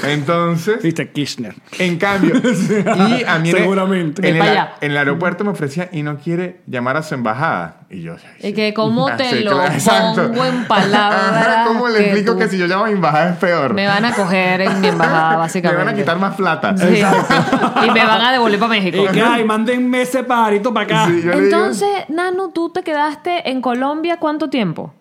Entonces, Viste, Kirchner. En cambio, y a mí en el- Seguramente. En Ve pa' el, allá. en el aeropuerto me ofrecía y no quiere llamar a su embajada. Y yo. ay, Y sí. que cómo *laughs* Ah, te sí, lo claro, exacto. pongo en palabras Ajá, ¿Cómo le que explico tú- que si yo llamo a mi embajada es peor? Me van a coger en mi embajada, *laughs* Me básicamente. van a quitar más plata. *laughs* Sí. y me van a devolver para México. Y que, ay, mándenme ese parito para acá. Sí, yo le digo, Entonces, Nano, tú te quedaste en Colombia cuánto tiempo?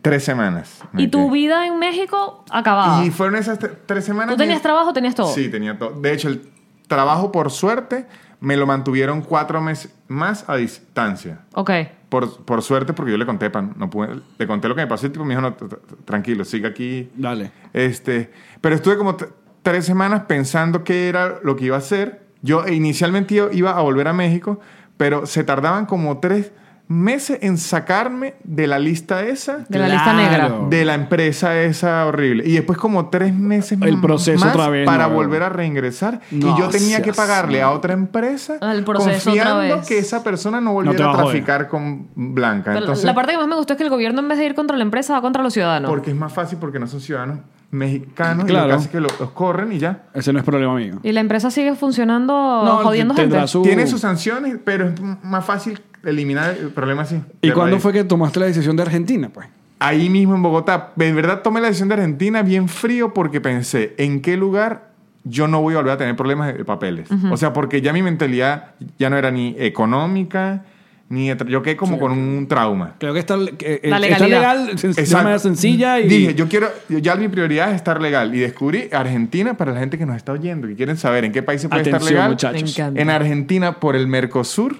tres semanas. me Y tu quedé. vida en México acabada. Y fueron esas tre- tres semanas. ¿Tú tenías que- trabajo tenías todo? Sí, tenía todo. De hecho, el trabajo, por suerte, me lo mantuvieron cuatro meses más a distancia. Ok. Por, por suerte, porque yo le conté, pan, no pude, le conté lo que me pasó y el tipo me dijo, no, t- t- tranquilo, sigue aquí. Dale. Este, pero estuve como t- tres semanas pensando qué era lo que iba a hacer. Yo inicialmente yo iba a volver a México, pero se tardaban como tres meses en sacarme de la lista esa, De la lista negra. de la empresa esa horrible. Y después como tres meses El proceso más otra vez, para no. volver a reingresar. No y yo tenía seas que pagarle a otra empresa Al Ah, proceso otra confiando vez. que esa persona no te va volviera a a joder. traficar con Blanca. Pero Entonces, la parte que más me gustó es que el gobierno en vez de ir contra la empresa va contra los ciudadanos. porque es más fácil porque no son ciudadanos mexicanos. Claro. Y casi que lo- los corren y ya. Ese no es problema mío. Y la empresa sigue funcionando jodiendo tendrá gente. su- Tiene sus sanciones, pero es m- más fácil eliminar el problema así. ¿Y De cuándo raíz. fue que tomaste la decisión de Argentina, pues? ahí mismo en Bogotá. De verdad tomé la decisión de Argentina bien frío porque pensé, ¿en qué lugar yo no voy a volver a tener problemas de papeles? O sea, porque ya mi mentalidad ya no era ni económica, ni... de tra- Yo quedé como con un trauma. Creo que está, eh, que- La está legalidad. legal sen- de Exacto. manera sencilla y Dije, yo quiero... yo- Ya mi prioridad es estar legal. Y descubrí Argentina para la gente que nos está oyendo, que quieren saber en qué país se puede atención estar legal. Me muchachos. encanta. En Argentina, por el Mercosur,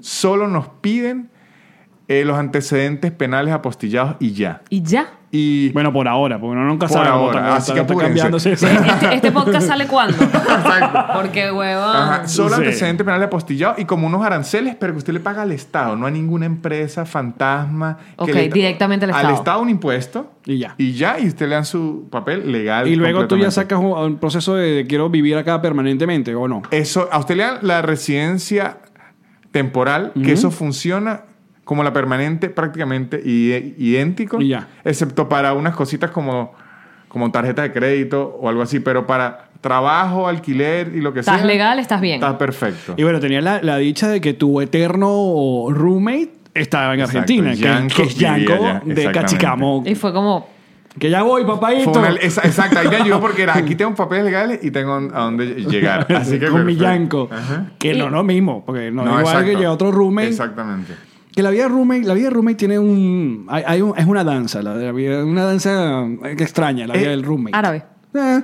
solo nos piden eh, los antecedentes penales apostillados y ya. Y ya. Y Bueno, por ahora, porque uno nunca Por sabe cómo ahora, está- así está- que está apúrense. cambiándose. Este, este podcast sale cuándo. *laughs* Exacto. Porque, huevón. Ajá, Solo Ah, Sí. antecedente penal apostillado y como unos aranceles, pero que usted le paga al Estado, no a ninguna empresa fantasma. que Ok, le- directamente al Al Estado. Estado un impuesto. Y ya. Y ya, y usted le dan su papel legal. Y luego tú ya completamente. sacas un, un proceso de, de quiero vivir acá permanentemente o no. Eso, a usted le dan la residencia temporal, que eso funciona como la permanente, prácticamente i- idéntico. Y ya. Excepto para unas cositas como, como tarjeta de crédito o algo así, pero para trabajo, alquiler y lo que sea. Estás legal, estás bien. Está perfecto. Y bueno, tenía la, la dicha de que tu eterno roommate estaba en Exacto, Argentina, que- Yanko que es vivía Yanko allá, de exactamente. Cachicamo. Y fue como. Que ya voy, Fue papadito. una- esa- exacto, ahí me ayudó porque era, *laughs* aquí tengo papeles legales y tengo a dónde llegar. Así que con mi perfecto. Yanko. Ajá. Que no es lo mismo, porque Eh, no, igual exacto. que llega otro roommate. Exactamente. Que la vida de roommate, la vida de roommate tiene un, hay, hay un- es una danza, la, la vida- una danza eh, extraña, la vida Eh, del roommate. árabe. Eh,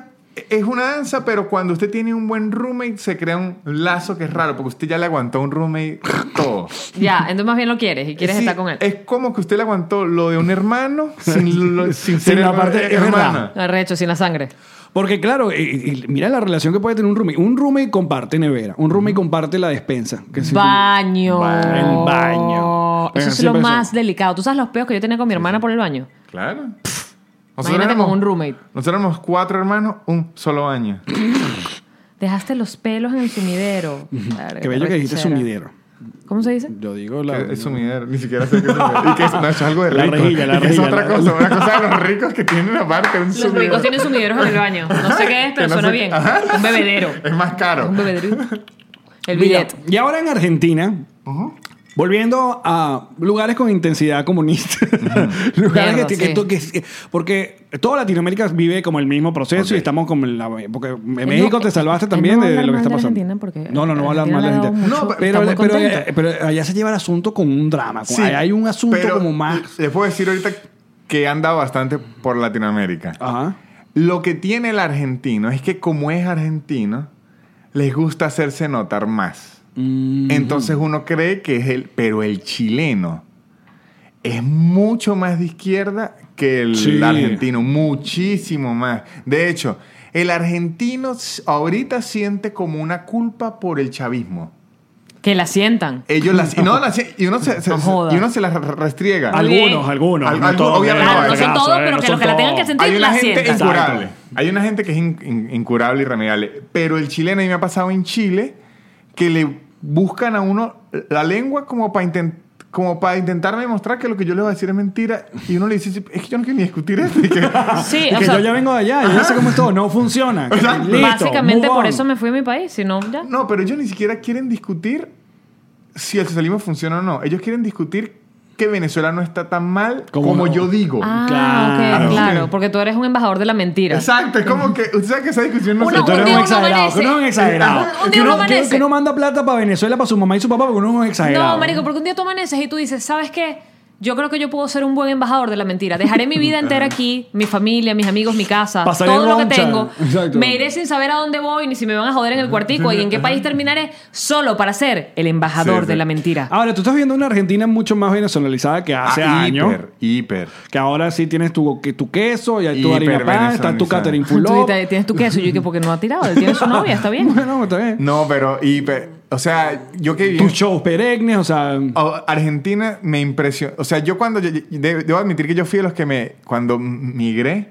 Es una danza, pero cuando usted tiene un buen roommate se crea un lazo que es raro, porque usted ya le aguantó a un roommate todo. Ya, entonces más bien lo quieres y *laughs* quieres Sí, estar con él. Es como que usted le aguantó lo de *laughs* un hermano sin, lo- sin Sin ser la herma- parte- es hermana. Arrecho, sin la sangre. Porque ah, claro, eh, eh, mira la relación que puede tener un roommate. Un roommate comparte nevera, un roommate comparte la despensa. Que si- Baño. Ba- el baño. Eso Bueno, es lo siempre más eso. delicado. ¿Tú sabes los peos que yo tenía con mi hermana por el baño? ¿Ah, Claro. Imagínate con un roommate. Nosotros éramos cuatro hermanos, un solo año. Dejaste los pelos en el sumidero. Qué bello que dijiste Arrechera. sumidero. ¿Cómo se dice? Yo digo la... Es sumidero, ni siquiera sé qué es sumidero. Y que es, no, eso es algo de La rico. rejilla, la Y que rejilla, Es otra la- cosa, una cosa de los ricos que tienen aparte un Los sumidero. ricos tienen sumideros en el baño. No sé qué es, pero Que no suena sé- bien. Ajá. Un bebedero. Es más caro. *laughs* Un bebedero. El Mira, bidet. Y ahora en Argentina, volviendo a lugares con intensidad comunista, *laughs* lugares Mierda, que, que- sí. to- que- porque toda Latinoamérica vive como el mismo proceso Ok. y estamos como en la... Porque en México te salvaste también eh, no de hablar lo que mal está de pasando. Argentina porque no, no, no voy a hablar mal de Argentina Argentina. le ha dado No, mucho, pero, está muy pero- eh, contenta. pero allá se lleva el asunto con un drama. Sí, allá hay un asunto pero como más... Les puedo decir ahorita que he andado bastante por Latinoamérica. Ajá. Lo que tiene el argentino es que como es argentino, les gusta hacerse notar más. Entonces uno cree que es el... Pero el chileno es mucho más de izquierda que el Sí. argentino, muchísimo más. De hecho, el argentino s- ahorita siente como una culpa por el chavismo. Que la sientan. Ellos las... Y, no, las- y uno se, se- No joda. y uno se las re- restriega. Al- bien. Algunos, algunos. Al- no algo- todos, obviamente, eh, no son vergazo, todos, eh, pero no que son los que la tengan todos. que sentir. Hay una la gente sientan. incurable. Exacto. Hay una gente que es in- in- incurable, irremediable. Pero el chileno, y me ha pasado en Chile, que le buscan a uno la lengua como para intentar como para intentar demostrar que lo que yo le voy a decir es mentira y uno le dice "Sí, es que yo no quiero ni discutir esto y que- *laughs* Sí, Y o que sea, yo ya vengo de allá, yo ya sé cómo es todo, no funciona. Exacto. Listo, básicamente move por on. eso me fui a mi país. Si no, ya. no pero ellos ni siquiera quieren discutir si el socialismo funciona o no ellos quieren discutir que Venezuela no está tan mal Como como no. yo digo Ah, Claro. ok, claro. Porque tú eres un embajador de la mentira. exacto es como que usted sabe que esa discusión no Uno- se Tú eres día un uno exagerado, amanece. que uno es un exagerado. *laughs* Un- un día que, uno uno, que- amanece. que uno manda plata para Venezuela, para su mamá y su papá, porque uno es un exagerado. No, marico, porque un día tú amaneces y tú dices, ¿sabes qué? Yo creo que yo puedo ser un buen embajador de la mentira. Dejaré mi vida entera aquí, mi familia, mis amigos, mi casa, Pasaré todo lo que roncha. tengo. Exacto. Me iré sin saber a dónde voy, ni si me van a joder en el cuartico y en qué país terminaré, solo para ser el embajador Sí, Ah, sí. de la mentira. Ahora, tú estás viendo una Argentina mucho más venezolanizada que hace Ah, años. hiper hiper Que ahora sí tienes tu, que, tu queso, ya tu Hiper harina pan, está tu venezolanizada. Catherine *laughs* Tú Fulop. dices, tienes tu queso. Y yo dije, porque no ha tirado. Él tiene su novia, *laughs* está *laughs* bien. Bueno, está bien. No, pero, y, pe- o sea, yo que viví Tus shows peregnes, o sea... a- Argentina me impresionó. O sea, yo cuando, yo- yo- de- debo admitir que yo fui de los que me, cuando migré,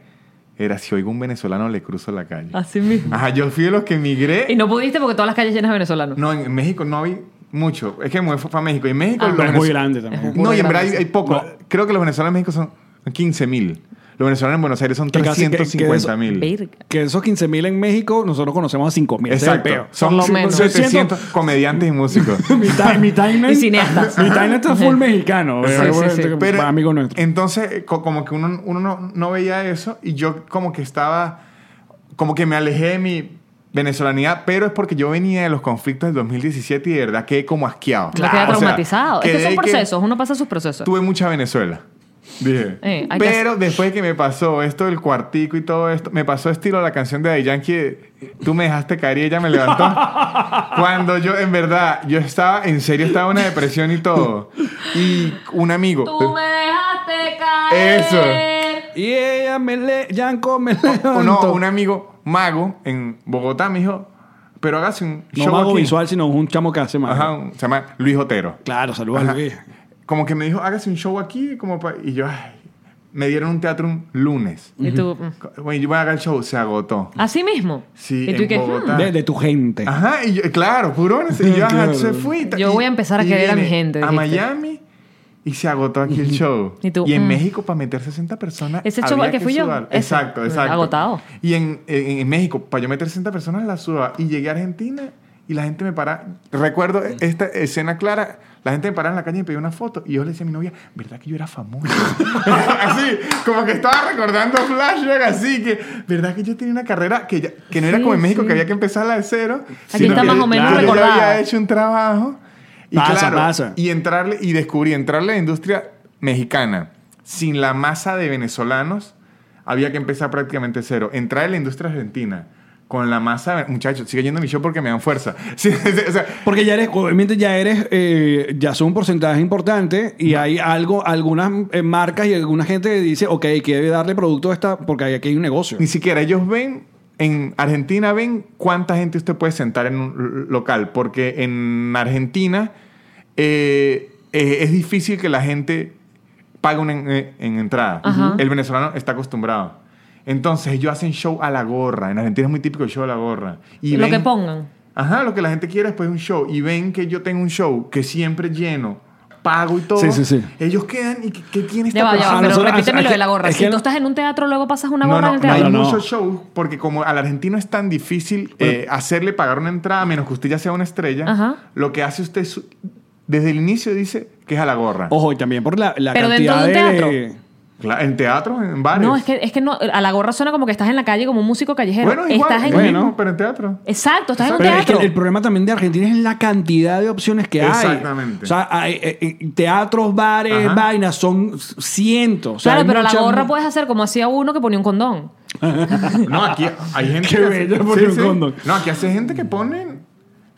era si oigo un venezolano le cruzo la calle. Así mismo. Ajá, yo fui de los que migré. Y no pudiste porque todas las calles llenas de venezolanos. No, en México no vi mucho. Es que me fue a México. Y en México... Ah. los Pero es muy venezol- grande también. Es muy No, y en grande, verdad hay, sí. hay poco. No. Creo que los venezolanos en México son 15 mil. Los venezolanos en Buenos Aires son Que casi- que- que 350 mil. Verga. Que esos 15 mil en México, nosotros conocemos a 5 mil. Exacto. Por Son lo menos. 700 comediantes y músicos. *laughs* mi, time, mi *laughs* timeline- Y *laughs* cineastas. Mi timeline está full mexicano. Sí, eh, sí, sí. eh, Pero amigo nuestro. entonces, eh, co- como que uno, uno no, no veía eso y yo como que estaba, como que me alejé de mi venezolanidad, pero es porque yo venía de los conflictos del 2017 y de verdad quedé como asqueado. Lo queda O sea, traumatizado. es que quedé son procesos, uno pasa sus procesos. Tuve mucha Venezuela. Dije. Eh, hay que pero después que me pasó esto del cuartico y todo esto, me pasó estilo la canción de Daddy Yankee, de, tú me dejaste caer y ella *laughs* me levantó. Cuando yo, en verdad, yo estaba, en serio, estaba en una depresión y todo. Y un amigo. Tú me dejaste caer. Eso. Y ella me le... Yanko me O- o no, levantó. un amigo mago en Bogotá me dijo, pero hágase un No show mago aquí". visual, sino un chamo que hace más. Ajá, un- se llama Luis Otero. Claro, saludos a Ajá. Luis. Como que me dijo, hágase un show aquí, como pa- y yo, ay, me dieron un teatro un lunes. Y tú, mm. Bueno, yo voy a hacer el show, se agotó. así mismo. Sí, y tú en que, mm, Bogotá. Eh, De, de tu gente. Ajá, y yo, claro, purones. Y yo, ajá, Claro. se fui. Yo Y- voy a empezar a y querer a mi viene gente, A dijiste. Miami y se agotó *laughs* aquí el show. Y tú, en mm. México, para meter 60 personas. Ese show al había que fui yo, sudar. ese. Exacto, exacto. Agotado. Y en, en- en México, para yo meter 60 personas, la sudaba. Y llegué a Argentina y la gente me paraba. Recuerdo esta escena clara. La gente me paraba en la calle y me pedía una foto. Y yo le decía a mi novia, ¿verdad que yo era famoso? así, como que estaba recordando flashback, así que, ¿verdad que yo tenía una carrera que, ya- que no era Sí, como en México, sí. que había que empezarla de cero? Aquí sino está que- más o menos que yo ya recordada. había hecho un trabajo. Y Pasa, claro, pasa. y entrarle y descubrí entrarle a la industria mexicana sin la masa de venezolanos había que empezar prácticamente cero. Entrar en la industria argentina con la masa, muchachos, sigue yendo mi show porque me dan fuerza. *laughs* Sí, sí, o sea, Porque ya eres, obviamente ya eres, eh, ya son un porcentaje importante y hay algo, algunas eh, marcas y alguna gente que dice, ok, quiere darle producto a esta, porque hay- aquí hay un negocio. ni siquiera ellos ven en Argentina ven cuánta gente usted puede sentar en un local, porque en Argentina eh, eh, es difícil que la gente pague una en, eh, en entrada. Ajá. El venezolano está acostumbrado. Entonces ellos hacen show a la gorra. En Argentina es muy típico el show a la gorra. Y lo ven- que pongan. Ajá, lo que la gente quiere después de un show. Y ven que yo tengo un show que siempre lleno, pago y todo. Sí, sí, sí. Ellos quedan y que, que tiene esta Ya va, ya persona? va, Ah, pero nosotros- repíteme lo aquí- de la gorra. es Si que- tú estás en un teatro, luego pasas una No, gorra en no, el no hay teatro. no, no. Pues- muchos shows porque como al argentino es tan difícil eh, hacerle pagar una entrada, a menos que usted ya sea una estrella, Ajá. lo que hace usted su- desde el inicio dice que es a la gorra. Ojo, y también por la, la Pero cantidad dentro de un de... teatro. Cla- En teatro, en bares. No, es que, es que no, a la gorra suena como que estás en la calle como un músico callejero. bueno, igual, estás en bueno. mismo, pero en teatro. Exacto, estás en un Pero es que teatro. el problema también de Argentina es la cantidad de opciones que hay. Exactamente. O sea, hay, eh, eh, teatros, bares, Ajá. vainas, son cientos. O sea, claro, hay pero la mucha- gorra puedes hacer como hacía uno que ponía un condón. No, aquí *laughs* hay gente Qué que bello, hace, porque un condón. No, aquí hace gente que ponen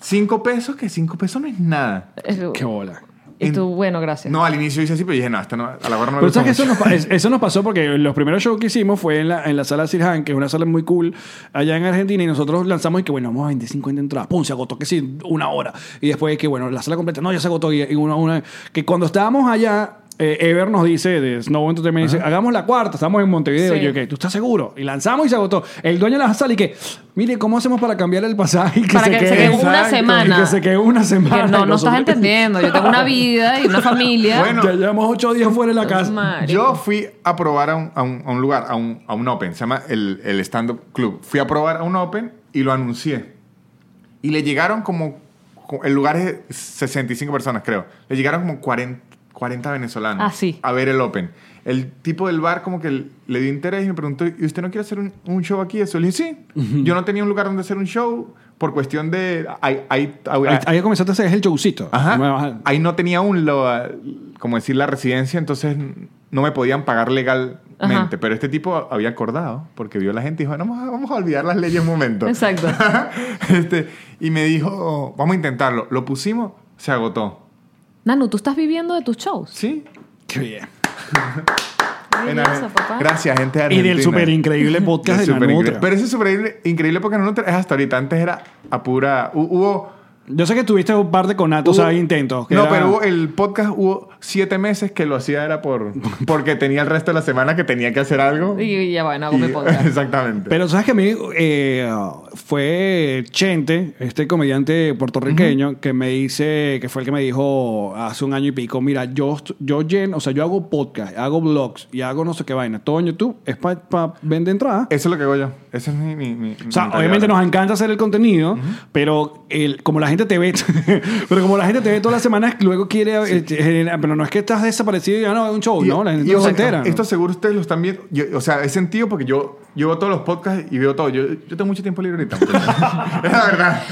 cinco pesos, que cinco pesos no es nada. Eh, Qué bola. Y tú, bueno, gracias. No, al inicio hice así, pero dije, no, esta no, a la gorra no me Pero gusta sabes que eso mucho. nos, pa- es- eso nos pasó porque los primeros shows que hicimos fue en la, en la sala Sirhan, que es una sala muy cool allá en Argentina, y nosotros lanzamos y que bueno, vamos a 25 en entradas. Pum, se agotó que sí, una hora. Y después que bueno, la sala completa, no, ya se agotó. Y, y una, una, que cuando estábamos allá, eh, Ever nos dice, de Snow Entertainment, dice, hagamos la cuarta, estamos en Montevideo. Sí. Y yo, que ¿tú estás seguro? Y lanzamos y se agotó. El dueño de la sala y que, mire, ¿cómo hacemos para cambiar el pasaje? Y que Para se que se quede, quede una Exacto. semana. Y que se quede una Dije, semana. no, Y no estás nosotros- entendiendo. Yo tengo *laughs* una vida y una familia. Bueno, *laughs* Ya llevamos ocho días fuera de la casa. Marico. Yo fui a probar a un, a un- a un lugar, a un, a un open, se llama el, el Stand Up Club. Fui a probar a un open y lo anuncié. Y le llegaron como, co- el lugar es de 65 personas creo, le llegaron como 40, 40 venezolanos Ah, sí. a ver el open. El tipo del bar como que le dio interés y me preguntó, ¿y usted no quiere hacer un, un show aquí? Eso le dije, sí, yo no tenía un lugar donde hacer un show por cuestión de... Ahí, ahí- Ahí, ahí comenzaste a hacer el showcito. Ajá. Bueno, ajá. Ahí no tenía aún, lo, como decir, la residencia, entonces no me podían pagar legalmente. Ajá. Pero este tipo había acordado, porque vio a la gente y dijo, "No, vamos a, vamos a olvidar las leyes un momento. Exacto. *laughs* Este, y me dijo, vamos a intentarlo. Lo pusimos, se agotó. Nanu, tú estás viviendo de tus shows. ¿Sí? Qué bien. En Maravilloso, Argen- papá. Gracias, gente de Y Argentina. del súper increíble Del podcast de súper Nanutra. increíble. Pero ese es súper increíble, increíble porque no es hasta ahorita. Antes era a pura... hu- Hubo... Yo sé que tuviste un par de conatos, Hubo- hay intentos. que No, era- pero hubo- el podcast hubo siete meses que lo hacía era *laughs* por porque tenía el resto de la semana que tenía que hacer algo. *laughs* Y, y ya bueno, hago mi Y- podcast. Exactamente. Pero sabes que a mí eh, fue Chente, este comediante puertorriqueño, que me dice, que fue el que me dijo hace un año y pico, mira, yo, est- yo lleno, o sea, yo hago podcast, hago blogs y hago no sé qué vaina, todo en YouTube, es para vender entradas. Eso es lo que hago yo. Ese es mi. mi, mi- O sea, mi tarea obviamente ahora. nos encanta hacer el contenido, pero el, como la gente te ve, *laughs* pero como la gente te ve todas las semanas, luego quiere, eh, generar- pero no es que estás desaparecido y Este, ya no es un show, Y- ¿no? La gente y, no o se sea, entera. Esto seguro ustedes lo están viendo. Yo- o sea, es sentido porque yo, yo veo todos los podcasts y veo todo. Yo, yo tengo mucho tiempo libre ahorita. *laughs* es la verdad.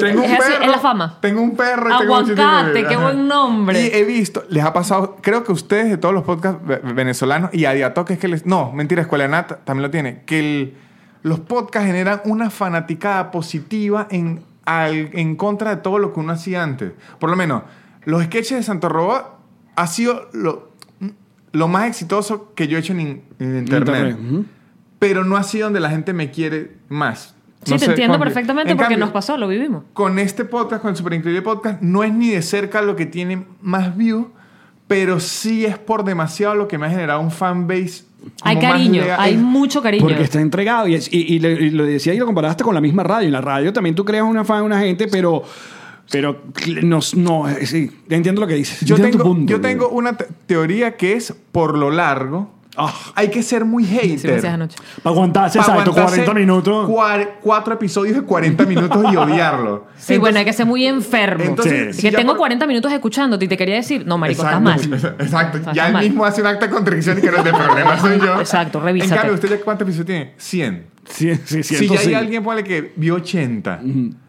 Tengo Es así, es la fama. Tengo un perro. y tengo mucho tiempo Aguacate, libre. qué Ajá. buen nombre. Y he visto, les ha pasado, creo que ustedes de todos los podcasts ve- venezolanos y a Diatoque es que les... No, mentira, Escuela Nat también lo tiene. Que el- los podcasts generan una fanaticada positiva en, al- en contra de todo lo que uno hacía antes. Por lo menos, los sketches de Santo Robot ha sido lo, lo más exitoso que yo he hecho en, in- en internet. Ujú. Pero no ha sido donde la gente me quiere más. Sí, No te sé, entiendo Juanpi. perfectamente En porque cambio, nos pasó, lo vivimos. con este podcast, con el Super Increíble Podcast, no es ni de cerca lo que tiene más views, pero sí es por demasiado lo que me ha generado un fanbase. Hay cariño, hay mucho cariño. Porque está entregado. Y, es- y- y le- y lo decía y lo comparaste con la misma radio. En la radio también tú creas una fan, una gente, pero. Pero no, no eh, sí, ya entiendo lo que dices. Yo Entiendo tu tengo, punto. yo tengo una te- teoría que es por lo largo. Ah, Hay que ser muy hater. Sí, me decías anoche. para aguantarse, pa' exacto, aguantarse 40 minutos. cuar- cuatro episodios de 40 minutos y odiarlo. Sí, bueno, hay que ser muy enfermo. entonces, Sí. si que ya tengo por- 40 minutos escuchándote y te quería decir, no, marico, estás mal. pues, Exacto. Estás ya él mal. mismo hace un acta de contradicción y que no es de problema, soy yo. Exacto, En revísate. cambio, ¿usted ya cuántos episodios tiene? 100. Sí, sí, sí, Si ya hay entonces- alguien, ponle que vio 80,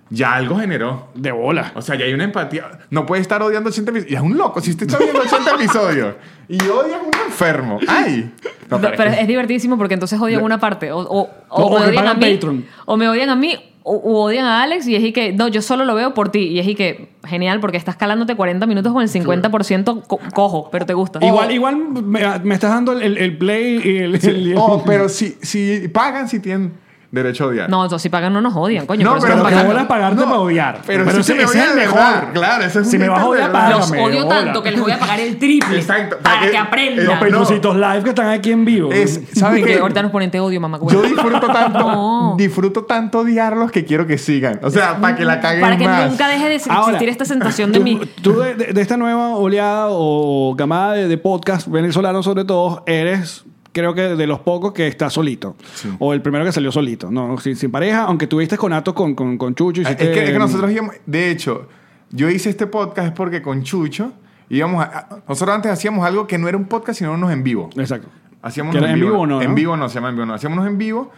ya algo generó. De bola. O sea, ya hay una empatía. No puede estar odiando 80 episodios. Y es un loco. Si usted está viendo 80 episodios y odia a un enfermo. ¡Ay! No, No, *laughs* pero es que- es divertidísimo porque entonces odian una parte. O, o, o o me que odian a pagan mí. Patreon. O me odian a mí. O o odian a Alex y es y que, no, yo solo lo veo por ti. Y es y que, genial, porque estás calándote 40 minutos con el 50% co- cojo, pero te gusta. Igual, O- igual me, me estás dando el, el- el play y el. el- el- *laughs* Oh, pero si, si pagan, si tienen derecho a odiar. No, entonces si pagan no nos odian, coño. No, por eso pero nos que pagan. bolas pagarte para odiar. Pero, Pero si ese- ese te es odian el de mejor. verdad, Claro, ese es Si un me vas a ejemplo de odiar, verdad. págame. Los odio bola. tanto que les voy a pagar el triple. Exacto, para Para que- que Los aprendan. Pero- Patreoncitos live que están aquí en vivo. Es, ¿saben Y que qué? ahorita nos ponen te odio, mamá. Yo disfruto tanto, No. disfruto tanto odiarlos que quiero que sigan. O sea, para que la *laughs* caguen Para que más. nunca deje de existir Ahora, esta sensación de tú, mí. *laughs* tú de, de- de esta nueva oleada o camada de, de podcast venezolanos sobre todo, eres creo que de los pocos que está solito. O el primero que salió solito. No, sin, sin pareja, aunque tuviste conato con, con, con Chucho. Es hiciste- que, es que nosotros íbamos, de hecho, yo hice este podcast es porque con Chucho íbamos a- a- nosotros antes hacíamos algo que no era un podcast, sino unos en vivo. Exacto. Hacíamos Eh, Que unos era en vivo o no, En ¿no? vivo no, se llama en vivo no. Hacíamos unos en vivo.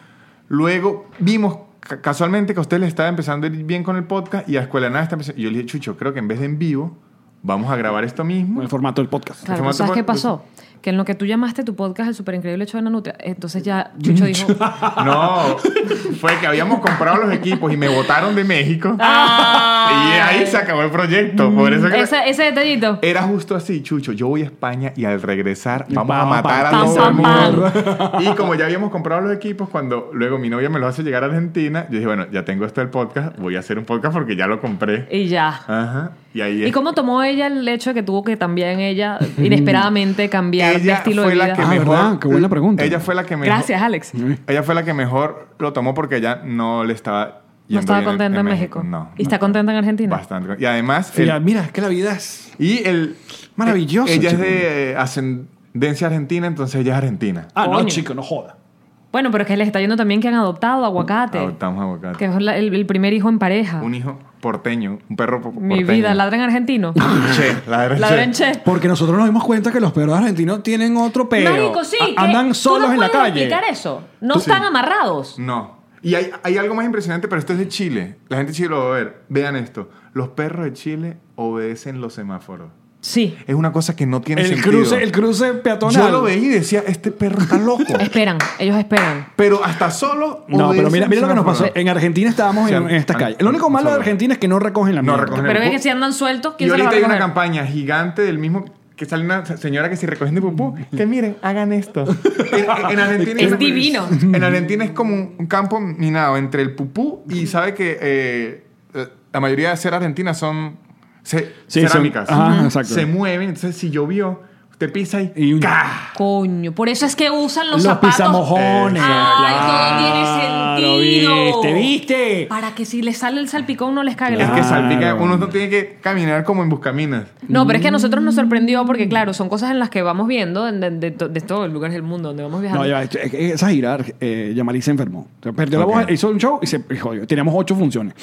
Luego vimos ca- casualmente que a ustedes les estaba empezando a ir bien con el podcast y a Escuela de Nada está empezando. Y yo le dije, Chucho, creo que en vez de en vivo, vamos a grabar esto mismo. El formato del podcast. Claro, Formato ¿tú ¿sabes qué por- pasó? Que en lo que tú llamaste tu podcast el super increíble hecho de Nanutria, entonces *laughs* ya Chucho dijo, No, fue que habíamos comprado los equipos y me votaron de México. Y ahí se acabó el proyecto. Por eso que Ah. ese, ese detallito. Era justo así, Chucho. Yo voy a España y al regresar Y vamos a pam, matar pam, a todo pam, el mundo. Y como ya habíamos comprado los equipos, cuando luego mi novia me los hace llegar a Argentina, yo dije, bueno, ya tengo esto del podcast, voy a hacer un podcast porque ya lo compré. Y ya. Ajá. Y ahí ¿Y Eh, es. cómo tomó ella el hecho de que tuvo que también ella inesperadamente cambiar de Ella estilo fue de la vida? que Ah, mejor. ¿verdad? Qué buena pregunta. Ella fue la que mejor. Gracias, Alex. Ella fue la que mejor lo tomó porque ella no le estaba. No yendo estaba bien contenta en México. No. ¿Y está contenta en Argentina? Bastante. Y además. Mira, el- mira, es que la vida es... y el. Maravilloso, Ella chico. es de eh, ascendencia argentina, entonces ella es argentina. Ah, no, Coño. chico, no joda. Bueno, pero es que les está yendo también que han adoptado aguacate. Adoptamos aguacate. Que es la- el, el primer hijo en pareja. Un hijo porteño, un perro po- porteño. Mi vida, ladran argentino. *laughs* Che, ladra ladran che. che. Porque nosotros nos dimos cuenta que los perros argentinos tienen otro pero. Marico, sí. A- que Andan solos ¿tú no en la puedes calle. explicar eso? No Tú- están sí. amarrados. No. Y hay, hay algo más impresionante, pero esto es de Chile. La gente de Chile lo va a ver. Vean esto. Los perros de Chile obedecen los semáforos. Sí. Es una cosa que no tiene El sentido. cruce, el cruce peatonal. Yo lo veía y decía, este perro está loco. *laughs* Esperan, ellos esperan. pero hasta solo No, pero obedecen mira, mira lo que nos pasó. semáforos. En Argentina estábamos Sí, en, en esta han- calle. Lo único han malo de solo. Argentina es que no recogen la No mierda. recogen. Pero es que si andan sueltos, Y ¿quién se los va ahorita a hay una recoger? campaña gigante del mismo que sale una señora que si recogen de pupú, que miren, *laughs* hagan esto. En, en Argentina Es divino. En Argentina es como un, un campo minado entre el pupú y sabe que eh, la mayoría de ser argentinas son ce- Sí, son- cerámicas. ajá, exacto. Se mueven, entonces si llovió, usted pisa y, Y un- ¡ca! Coño, por eso es que usan los, Los zapatos. pisamojones. Ay, claro, todo tiene oído. ¿Viste? ¿Viste? Para que si les sale el salpicón no les cague la Es Ah, que Claro. salpica, uno no tiene que caminar como en buscaminas. No, pero es que a nosotros nos sorprendió Mm. porque, claro, son cosas en las que vamos viendo en- de, de to- de todos los lugares del mundo donde vamos viajando. No, ya, es que esa gira, eh, Yamari se enfermó. O sea, Perdió Ok. la voz, hizo un show y se y jodió. Teníamos ocho funciones.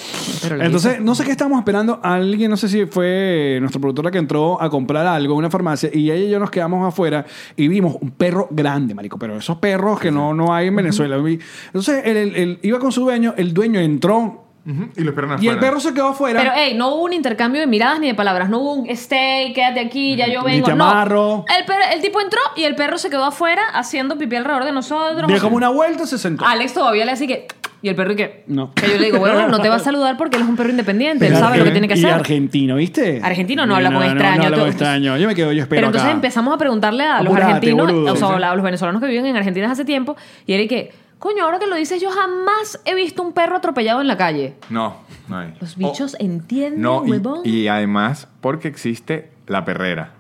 Pero lo Entonces, no sé qué estábamos esperando. Alguien, no sé si fue nuestra productora que entró a comprar algo en una farmacia y ella y yo nos quedamos afuera y vimos un perro grande, marico. Pero esos perros que no, no hay en Venezuela. Vi- Entonces, el, el- el- iba con su dueño, el dueño entró Ujú, Y lo esperan afuera. y el perro se quedó afuera. Pero, hey, no hubo un intercambio de miradas ni de palabras. No hubo un stay, quédate aquí, ya yo Ni vengo. te No. amarro. El, per- el tipo entró y el perro se quedó afuera haciendo pipí alrededor de nosotros. Dio como una vuelta y se sentó. Alex todavía le hace que. Y el perro y que. No. Que yo le digo, bueno, no te va a saludar porque él es un perro independiente. Él Pero Ah, sabe lo que argen- tiene que y hacer. argentino, ¿viste? Argentino no habla con extraño, No habla tú- con extraño. Yo me quedo, yo espero Pero entonces acá. empezamos a preguntarle a los Apúrate, argentinos, boludo. o sea, Sí, sí. a los venezolanos que viven en Argentina hace tiempo, y era y que, coño, ahora que lo dices, yo jamás he visto un perro atropellado en la calle. No, no hay. Oh, Oh, Los bichos entienden, No, y- huevón. y, además, porque existe la perrera.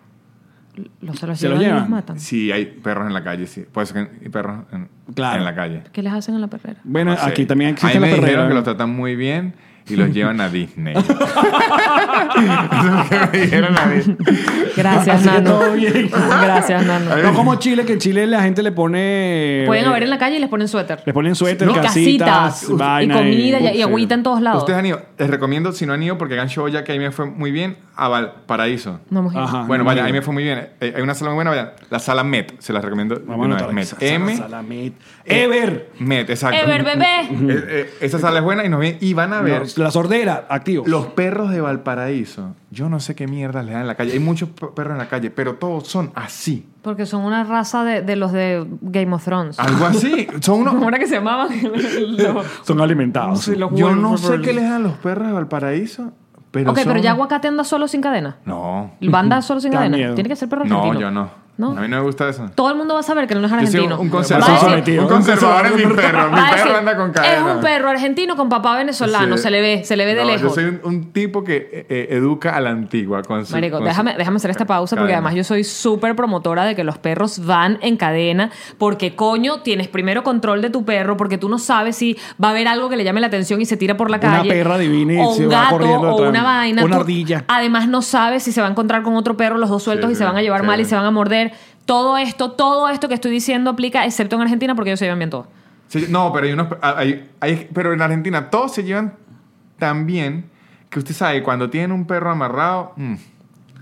los se los Se lo llevan y los llevan. matan. Sí, hay perros en la calle, sí. Puede ser que hay perros en, Claro. en la calle. ¿Qué les hacen en la perrera? Bueno, No sé. aquí también existe Ahí la me dijeron perrera. que los tratan muy bien *laughs* y los llevan a Disney. Eso es lo que me dijeron a Disney. Gracias, Así que Nano. todo bien. Gracias, Nano. No como Chile, que en Chile la gente le pone. eh, Pueden haber en la calle y les ponen suéter. Les ponen suéter, No, casitas, y vaina comida y, y sí. agüita en todos lados. Ustedes han ido. Les recomiendo, si no han ido, porque Gan ya que ahí me fue muy bien, a Valparaíso. No, mujer. Ajá. bueno, Ah, no, vaya, no. ahí me fue muy bien. Eh, Hay una sala muy buena, vaya. La sala Met, se las recomiendo. de Vamos a una anotar. vez. Sa- Met. M. sa- salamet. Ever. Met, exacto. Ever, bebé. *laughs* Eh, eh, esa sala es buena y nos ven. Y van a ver. No, La sordera, activo. Los perros de Valparaíso, yo no sé qué mierdas le dan en la calle. Hay muchos p- perros en la calle, pero todos son así. Porque son una raza de, de los de Game of Thrones. Ah. *laughs* Algo así. Son unos. ¿Cómo *laughs* era que se *laughs* llamaban? Los- Son alimentados. Yo no sé qué les dan los perros de Valparaíso, pero. ok, pero son- ya aguacate anda solo sin cadena. No. Banda solo sin Da cadena. miedo. Tiene que ser perro argentino. No, yo no. ¿No? A mí no me gusta eso. Todo el mundo va a saber que él no es Yo soy un- argentino. un Va a conservador. decir- sometido. Un conservador es mi perro. Mi va a decir, perro anda con cadena. Es un perro argentino con papá venezolano. Sí. Se le ve, se le ve de No, lejos. Yo soy un, un tipo que eh, eh, educa a la antigua. Con su, Marico, con su- déjame, déjame hacer esta pausa porque cadena. además yo soy súper promotora de que los perros van en cadena porque coño, tienes primero control de tu perro porque tú no sabes si va a haber algo que le llame la atención y se tira por la Una calle. perra divina y o un se va gato, corriendo o detrás. una vaina. Una Tú- ardilla. Además no sabes si se va a encontrar con otro perro los dos sueltos Sí, y se sí, van a llevar sí. mal y se van a morder. Todo esto, todo esto que estoy diciendo aplica excepto en Argentina porque ellos se llevan bien todo. Sí, no, pero hay unos. ah, hay- hay- pero en Argentina todos se llevan tan bien que usted sabe, cuando tienen un perro amarrado. mm,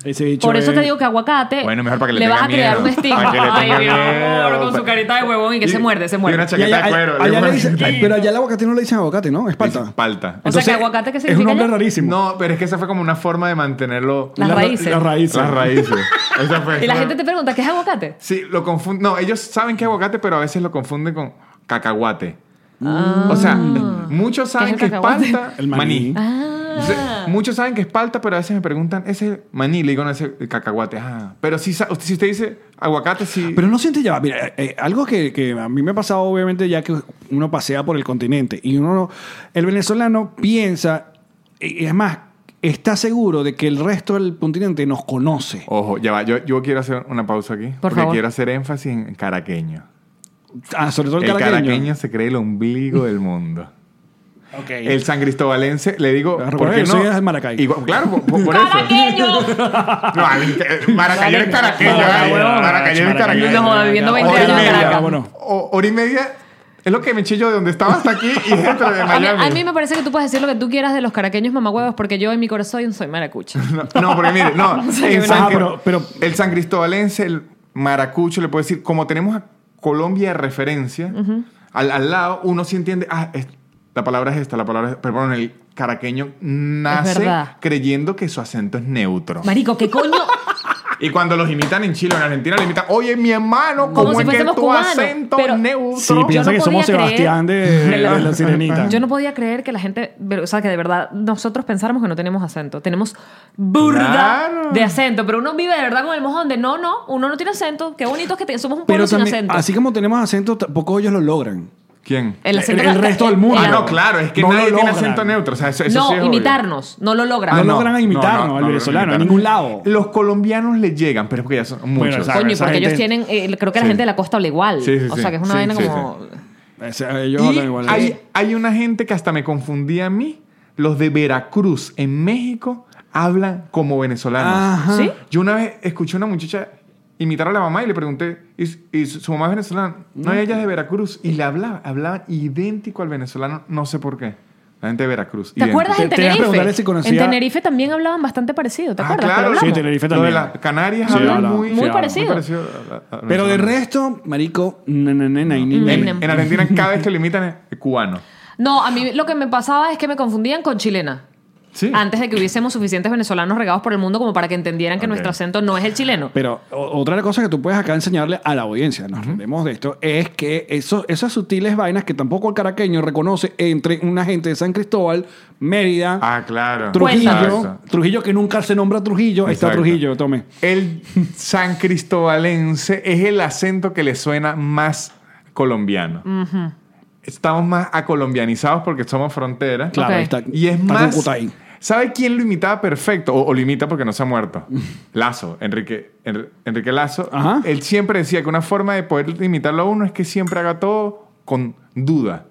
Ese bicho Por eso te es- digo que aguacate Bueno, mejor para que le vas a tenga crear miedo. un estigma. Para que le tenga Ay, mi miedo. amor, con su carita de huevón y que se muerde, se y muerde. una Y allá- chaqueta de cuero. allá le una- *laughs* dicen- ay, pero allá el aguacate no le dicen aguacate, ¿no? Es palta. Dicen palta. O sea, que aguacate, ¿qué Es un significa nombre ya? rarísimo. No, pero es que esa fue como una forma de mantenerlo. Las raíces. Las raíces. Las raíces. Esa fue- Y la gente te pregunta, ¿qué es aguacate? Sí, lo confunden. No, ellos saben que es aguacate, pero a veces lo confunden con cacahuate. O sea, muchos saben ¿Qué que es el es cacahuate? palta. El maní. Entonces, Ah. Muchos saben que es palta, pero a veces me preguntan, ¿ese es maní? Le digo, no, ese es cacahuate. Ah, pero si, sa- usted, si usted dice aguacate, sí. Pero no siente ya, mira, eh, eh, algo que, que a mí me ha pasado obviamente ya que uno pasea por el continente y uno, no- el venezolano piensa, e, y y es más, está seguro de que el resto del continente nos conoce. Ojo, ya va. Yo, yo quiero hacer una pausa aquí. porque favor. quiero hacer énfasis en caraqueño. Ah, sobre todo El el, caraqueño. caraqueño. se cree el ombligo del mundo. Ok. El san cristobalense, le digo, Claro, ¿por bueno, qué yo soy no? de Maracay. Igual- claro, por, *laughs* por- por eso. *laughs* ¡Caraqueño! No, al- Maracayero es caraqueño. Maracay, eh. huevón. Maracayero es caraqueño. No, joda, viviendo 20 Hora y Oye, años en media, Caracas. vámonos. O- hora y media es lo que me chillo de donde estaba hasta aquí y dentro de A mí, Miami. a mí me parece que tú puedes decir lo que tú quieras de los caraqueños mamahuevos porque yo en mi corazón soy *laughs* maracucho. No, no, porque mire, no. *laughs* sea, en que San- no. Ah, pero- pero- el san cristobalense, el maracucho, le puedo decir, como tenemos a Colombia de referencia, al, al lado uno sí entiende, ah, es- la palabra es esta, la palabra es, perdón, el caraqueño nace verdad. creyendo que su acento es neutro. Marico, ¿qué coño? Y cuando los imitan en Chile o en Argentina, le imitan, oye, mi hermano, Como ¿cómo si es que tu fuésemos cubanos, acento pero- es neutro? Sí, Yo piensa no que podía somos *laughs* Sebastián de, de creer- la sirenita. Yo no podía creer que la gente, pero, o sea, que de verdad nosotros pensáramos que no tenemos acento. Tenemos burda Claro. de acento, pero uno vive de verdad con el mojón de no, no, uno no tiene acento. Qué bonito es que te- somos un pueblo pero sin también, acento. así como tenemos acento, tampoco ellos lo logran. ¿Quién? El acento el- el que- resto del mundo. Ah, Eh, el- no, claro, es que No lo nadie tiene logran. acento neutro. O sea, eso, eso no, sí es obvio. imitarnos, no lo logran. No, Ah, no. logran imitarnos No, no, al no, venezolano, en imitarnos. ningún lado. Los colombianos le llegan, pero es porque ya son muchos. exacto. Coño, esa porque ellos gente- tienen, eh, creo que la Sí. gente de la costa habla igual. Sí, sí, o sí. sea, que es una Sí, vaina sí, como... sí. O sea, ellos Y hablan igual. hay, hay una gente que hasta me confundía a mí. Los de Veracruz, en México, hablan como venezolanos. Ajá. ¿Sí? Yo una vez escuché a una muchacha imitar a la mamá y le pregunté, ¿y, su- y su, su mamá es venezolana? No, ella es de Veracruz. Y le hablaba, hablaba idéntico al venezolano, no sé por qué. La gente de Veracruz. ¿Te acuerdas Te- en te iba a preguntarle Tenerife? si conocía- Ah, En Tenerife también hablaban bastante parecido, ¿te acuerdas? Ah, claro, Pero sí, hablamos. Tenerife. Lo de también. las Canarias Sí, hablan habla- muy, sí, muy habla. parecido. a- a- a- Pero de venezolano. resto, marico, na, na, na, na, ni- Mm. ni- En, en Argentina cada vez que lo imitan es cubano. No, a mí lo que me pasaba es que me confundían con chilena. Sí. Antes de que hubiésemos suficientes venezolanos regados por el mundo como para que entendieran que Ok. nuestro acento no es el chileno. Pero o- otra cosa que tú puedes acá enseñarle a la audiencia, nos rendemos de esto, es que eso, esas sutiles vainas que tampoco el caraqueño reconoce entre una gente de San Cristóbal, Mérida, *laughs* Ah, claro. Trujillo, Exacto. Trujillo que nunca se nombra Pues Trujillo, está Exacto. Trujillo, tome. El san cristobalense es el acento que le suena más colombiano. Estamos más acolombianizados porque somos frontera. Claro, Ok. ahí está. Y es está más. Cucutay. ¿Sabe quién lo imitaba perfecto? O, o lo imita porque no se ha muerto. *laughs* Lazo, Enrique, Enri- Enrique Lazo. Ajá. Él siempre decía que una forma de poder imitarlo a uno es que siempre haga todo con duda.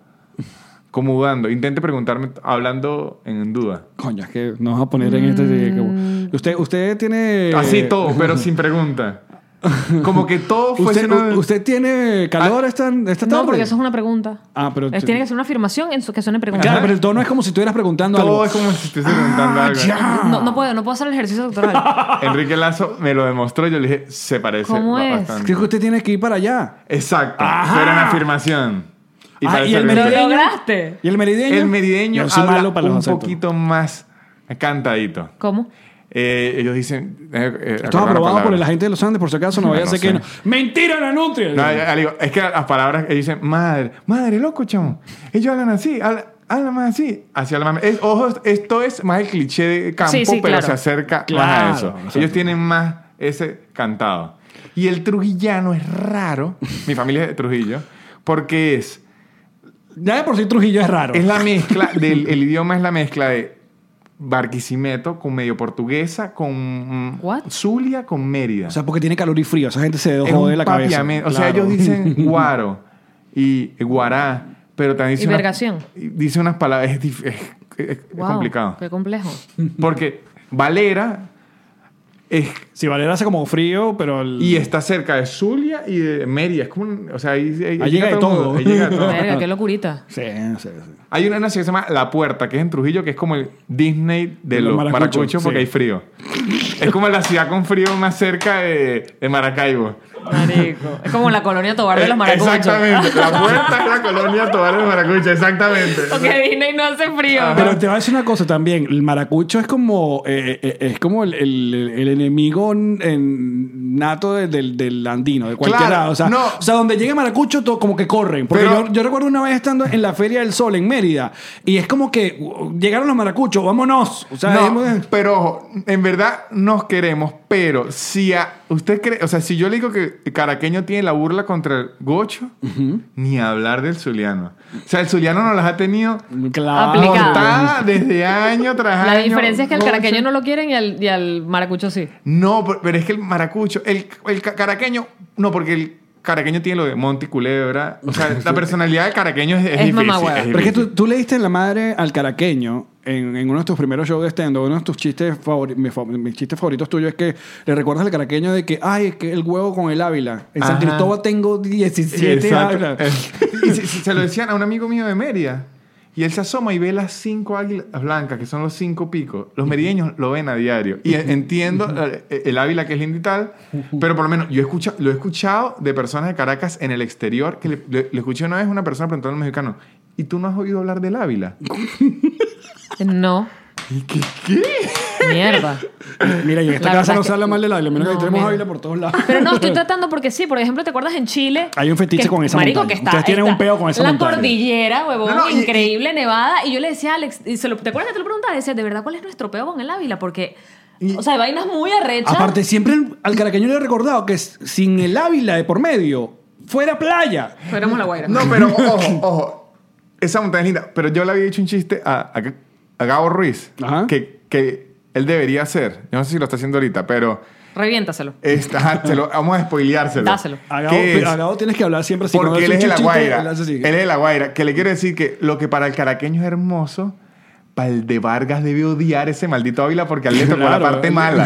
Como dudando. Intente preguntarme hablando en duda. Coño, es que nos vamos a poner en este. que- Usted, usted tiene. Mm. Así todo, *laughs* pero sin pregunta. Como que todo fuese Usted, una- usted tiene calor Ah. esta, esta tarde. No, porque eso es una pregunta. Ah, pero Es- tú- tiene que ser una afirmación en su, que suene pregunta. Claro, pero el tono es como si estuvieras preguntando algo. Todo Ah, es como si estuviese preguntando algo. no, no puedo, no puedo hacer el ejercicio *laughs* doctoral. Enrique Lazo me lo demostró. Yo le dije, se parece ¿Cómo ba- es? Es que bastante. usted tiene que ir para allá. Exacto. Ajá. Pero en afirmación. Ah, parece y el que- ¡Lo meridiano. lograste! ¿Y el merideño? El merideño Yo soy habla malo para los un acentos. poquito más cantadito. ¿Cómo? Eh, ellos dicen... eh, eh, Esto acordar es una aprobado por palabra. la gente de los Andes, por si acaso no vaya a No ser que sé. no. ¡Mentira, la nutria! No, yo- yo digo, es que las palabras, ellos dicen, madre, madre, loco, chamo. Ellos hablan así, habla- hablan más así. Así hablan más. Es, ojo, esto es más el cliché de campo, Sí, sí, pero claro. se acerca más a Claro, eso. exacto. Ellos tienen más ese cantado. Y el trujillano es raro. Mi familia es de Trujillo. Porque es, ya de por sí Trujillo es raro. es la mezcla, del, el idioma es la mezcla de Barquisimeto con medio portuguesa, con mm, What? Zulia, con Mérida O sea, porque tiene calor y frío. Esa gente se es jode un la cabeza. papiamento. O sea, Claro. ellos dicen *laughs* guaro y guará, pero también Y dicen. unas- vergación. Dice unas palabras. Es, dif- es- es- es Wow, complicado. Qué complejo. Porque Valera es- Si Valera hace como frío, pero... el- y está cerca de Zulia y de Mérida. Es como un- o sea, ahí, ahí- Ahí llega de el mundo, todo. ahí *laughs* llega de todo. Verga, qué locurita. Sí, sí, sí. Hay una nación que se llama La Puerta, que es en Trujillo, que es como el Disney de, De los los maracuchos, maracuchos, sí. porque hay frío. es como la ciudad con frío más cerca de, de Maracaibo. Marico. Es como la colonia Tobar de los Eh, maracuchos. Exactamente. La puerta es la colonia Tobar de Maracucho, exactamente. Porque Disney no hace frío. Ajá. Ah. Pero te voy a decir una cosa también. El maracucho es como eh, eh, es como el, el- el enemigo n- en- nato de- del, del andino, de cualquier Claro, lado. O sea, no. o sea, donde llega maracucho, to- como que corren. Porque Pero- yo, yo recuerdo una vez estando en la Feria del Sol en Mérida y es como que uh, llegaron los maracuchos, vámonos. O sea, eh, No, hemos- pero ojo, en verdad nos queremos, pero si a, usted cree, o sea, si yo le digo que Caraqueño tiene la burla contra el gocho, ni hablar del Zuliano. O sea, el Zuliano nos las ha tenido claro. Aplicado. montada desde año tras La año. diferencia es que al gocho. caraqueño no lo quieren y al, y al maracucho sí. No, pero- pero es que el maracucho, el, el ca- caraqueño, no, porque el caraqueño tiene lo de Monte y Culebra. *laughs* O sea, la personalidad del caraqueño es, es Es difícil. mamagüeva. es Pero es que tú, difícil. tú le diste la madre al caraqueño en, en uno de tus primeros shows de stand uno de tus chistes favoritos, mis, favor- mis chistes favoritos tuyos es que le recuerdas al caraqueño de que, ay, es que el huevo con el ávila. En San Ajá. Cristóbal tengo 17 Exacto. ávilas. *laughs* Y se, se- se lo decían a un amigo mío de Mérida. Y él se asoma y ve las cinco águilas blancas, que son los cinco picos. Los merideños lo ven a diario. Y en- entiendo eh, el águila que es lindo y tal, pero por lo menos yo escucha- lo he escuchado de personas de Caracas en el exterior, que le, le- le escuché una vez una persona preguntando a un mexicano, ¿y tú no has oído hablar del águila? Eh, No. ¿Y qué? qué? Mierda. Mira, y en esta La casa verdad no es se que- habla mal del ávila, menos No, que tenemos mira. ávila por todos lados. Pero no, estoy tratando porque sí. Por ejemplo, ¿te acuerdas en Chile? Hay un fetiche Que- con esa Marico, montaña. que está, Ustedes tienen está un peo con esa La montaña. cordillera, huevón, No, no, y- increíble, nevada. Y yo le decía a Alex, y se lo- ¿te acuerdas que te lo preguntaba? Decía, ¿de verdad cuál es nuestro peo con el Ávila? Porque, o sea, hay vainas muy arrechas. Aparte, siempre el- al caraqueño le he recordado que s- sin el ávila de por medio, fuera playa. Fuéramos la guaira. *laughs* No, pero ojo, ojo. Esa montaña es linda. Pero yo le había dicho un chiste a, a- a Gabo Ruiz Ajá. que, que él debería hacer. Yo no sé si lo está haciendo ahorita, pero Reviéntaselo. Esta, ajá, se lo- vamos a spoileárselo. Dáselo. Agado, ¿Qué es? Agado tienes que hablar siempre así. cuando Porque él hace un es de la chiste, Guaira. él hace así. Él es de la Guaira. Que le quiero decir que lo que para el caraqueño es hermoso, para el de Vargas debe odiar ese maldito Ávila porque a él le tocó Claro. la parte *laughs* mala.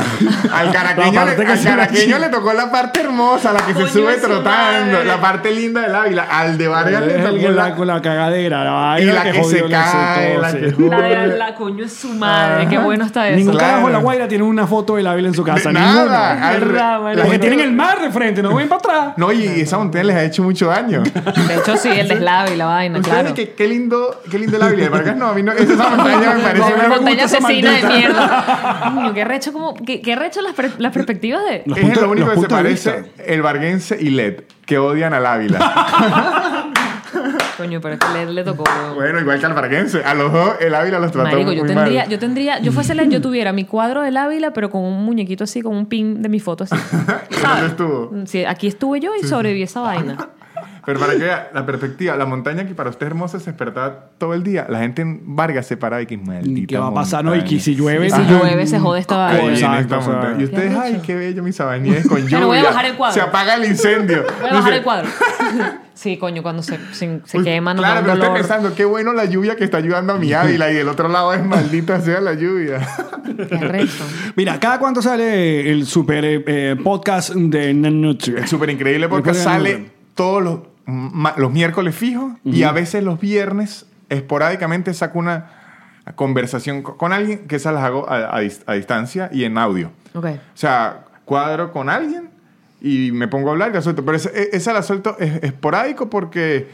Al La caraqueño, parte le, que al se caraqueño la- le tocó la parte hermosa, la que Coño se sube de su trotando, madre. la parte linda del Ávila. Al de Vargas le *laughs* Es el tocó con la, la... con la cagadera, la Y vaina la que, jodió, se la cae, secó, la sí. que... La de la coño es su madre. Qué bueno está eso. Ningún Claro. carajo en la Guaira tiene una foto del Ávila en su casa. De ninguno. nada. Al- verdad, marico. la Los que gente- tienen el mar de frente, no ven para atrás. No, y, y esa montaña les ha hecho *laughs* mucho daño. De hecho, sí, el deslave y la vaina, Ustedes claro. dicen que qué lindo, qué lindo el Ávila de Vargas. No, a mí no, *laughs* esa montaña me parece Como una una montaña gusta esa asesina de *laughs* maldita. mierda. Coño, qué recho, como, qué, qué recho las, per- las perspectivas de. Los es puntos- lo único los que se puntos de parece el varguense y Led, que odian al Ávila. *laughs* Coño, pero es que le, le tocó. weón. bueno, igual que al varguense. A los dos, el Ávila los trató Marico, muy yo tendría, *laughs* mal. yo tendría, yo fuese la, yo tuviera mi cuadro del Ávila, pero con un muñequito así, con un pin de mi foto *laughs* así. Pero Ah. no estuvo. Sí, aquí estuve yo y sobreviví a esa Ah, vaina. Pero para que vea la perspectiva, la montaña que para usted es hermosa se despertaba todo el día. La gente en Vargas se paraba y que ¿Y maldita ¿Qué va a pasar? No, y montaña. que si llueve. Y si ajá. llueve, se jode esta Ahí vaina. viene esta Exacto, o sea. montaña. Y ustedes, ¿Qué has ay, dicho? qué bello mis *laughs* abaníes con lluvia. Pero voy a bajar el cuadro. Se apaga el incendio. Voy a bajar Dice, el cuadro. *laughs* Sí, coño, cuando se, se, se Uy, quema, nos da Claro, un pero estoy dolor. pensando, qué bueno la lluvia que está ayudando a mi Ávila y del otro lado es maldita sea la *laughs* lluvia. Qué recho. Mira, ¿cada cuánto sale el super eh, eh, podcast de Nanuchi? El súper increíble porque Después de la sale nube. todos los, ma- los miércoles fijos y a veces los viernes esporádicamente saco una conversación co- con alguien que esas las hago a, a dis- a distancia y en audio. Ok. O sea, cuadro con alguien y me pongo a hablar y la suelto. Pero esa, e- esa la suelto es, esporádico porque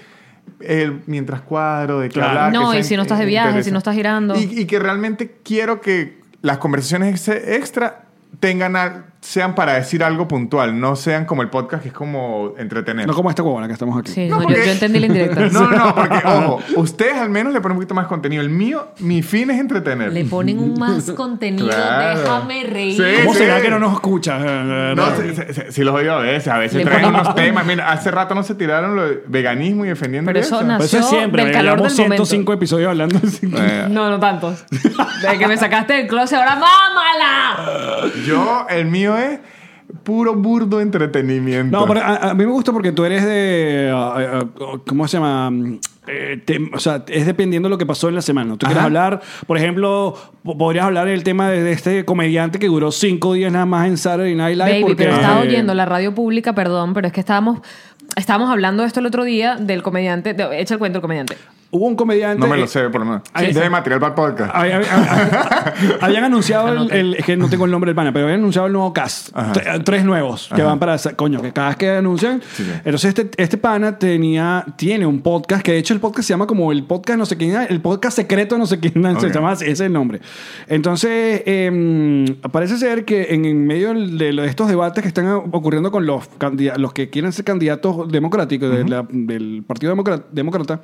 el, mientras cuadro, de qué Claro. hablar, No, que y sea si no estás de viaje, interesante. si no estás girando. Y, y que realmente quiero que las conversaciones ex- extra tengan al- sean para decir algo puntual, no sean como el podcast que es como entretener. No como esta huevona que estamos aquí. Sí, No, no, yo, porque- yo entendí la indirecta. *laughs* No, no, no, *laughs* porque, ojo, ustedes al menos le ponen un poquito más contenido. El mío, mi fin es entretener. Le ponen un más contenido, Claro. déjame reír. Sí. ¿Cómo Sí. será que no nos escucha? Eh, No, eh, se- se- se- sí los oigo a veces, a veces Le traen ponen- unos temas. Mira, hace rato no se tiraron lo de veganismo y defendiendo Pero eso. eso nació- Pero eso es siempre. del eh, calor llevamos del momento. 105 episodios hablando así. Eh, No, no tantos. De que me sacaste del closet, ahora mámala. yo, el mío es puro burdo entretenimiento. No, pero a, a mí me gusta porque tú eres de. ah, ah, ¿Cómo se llama? Mm, eh, tem- o sea, es dependiendo de lo que pasó en la semana. Tú quieres Ajá. hablar, por ejemplo, po- podrías hablar del tema de, de este comediante que duró cinco días nada más en Saturday Night Live. Baby, porque, pero estaba eh, oyendo la radio pública, perdón, pero es que estábamos, estábamos hablando de esto el otro día del comediante. de- echa el cuento el comediante. Hubo un comediante. no me lo sé, por lo menos. Sí, Sí, sí. Debe material para el podcast. Habían, *laughs* habían anunciado el, el- es que no tengo el nombre del pana, pero habían anunciado el nuevo cast. Ajá. Tre- eh, Tres nuevos que van para esa- coño, que cada vez que anuncian. sí. Entonces este, este pana tenía tiene un podcast que de hecho el podcast se llama como el podcast no sé quién, el podcast secreto no sé quién *laughs* se Ok. llama así, ese es el nombre. Entonces eh, parece ser que en, en medio de, lo- de estos debates que están ocurriendo con los candida- los que quieren ser candidatos democráticos de la- del Partido Democra- Demócrata,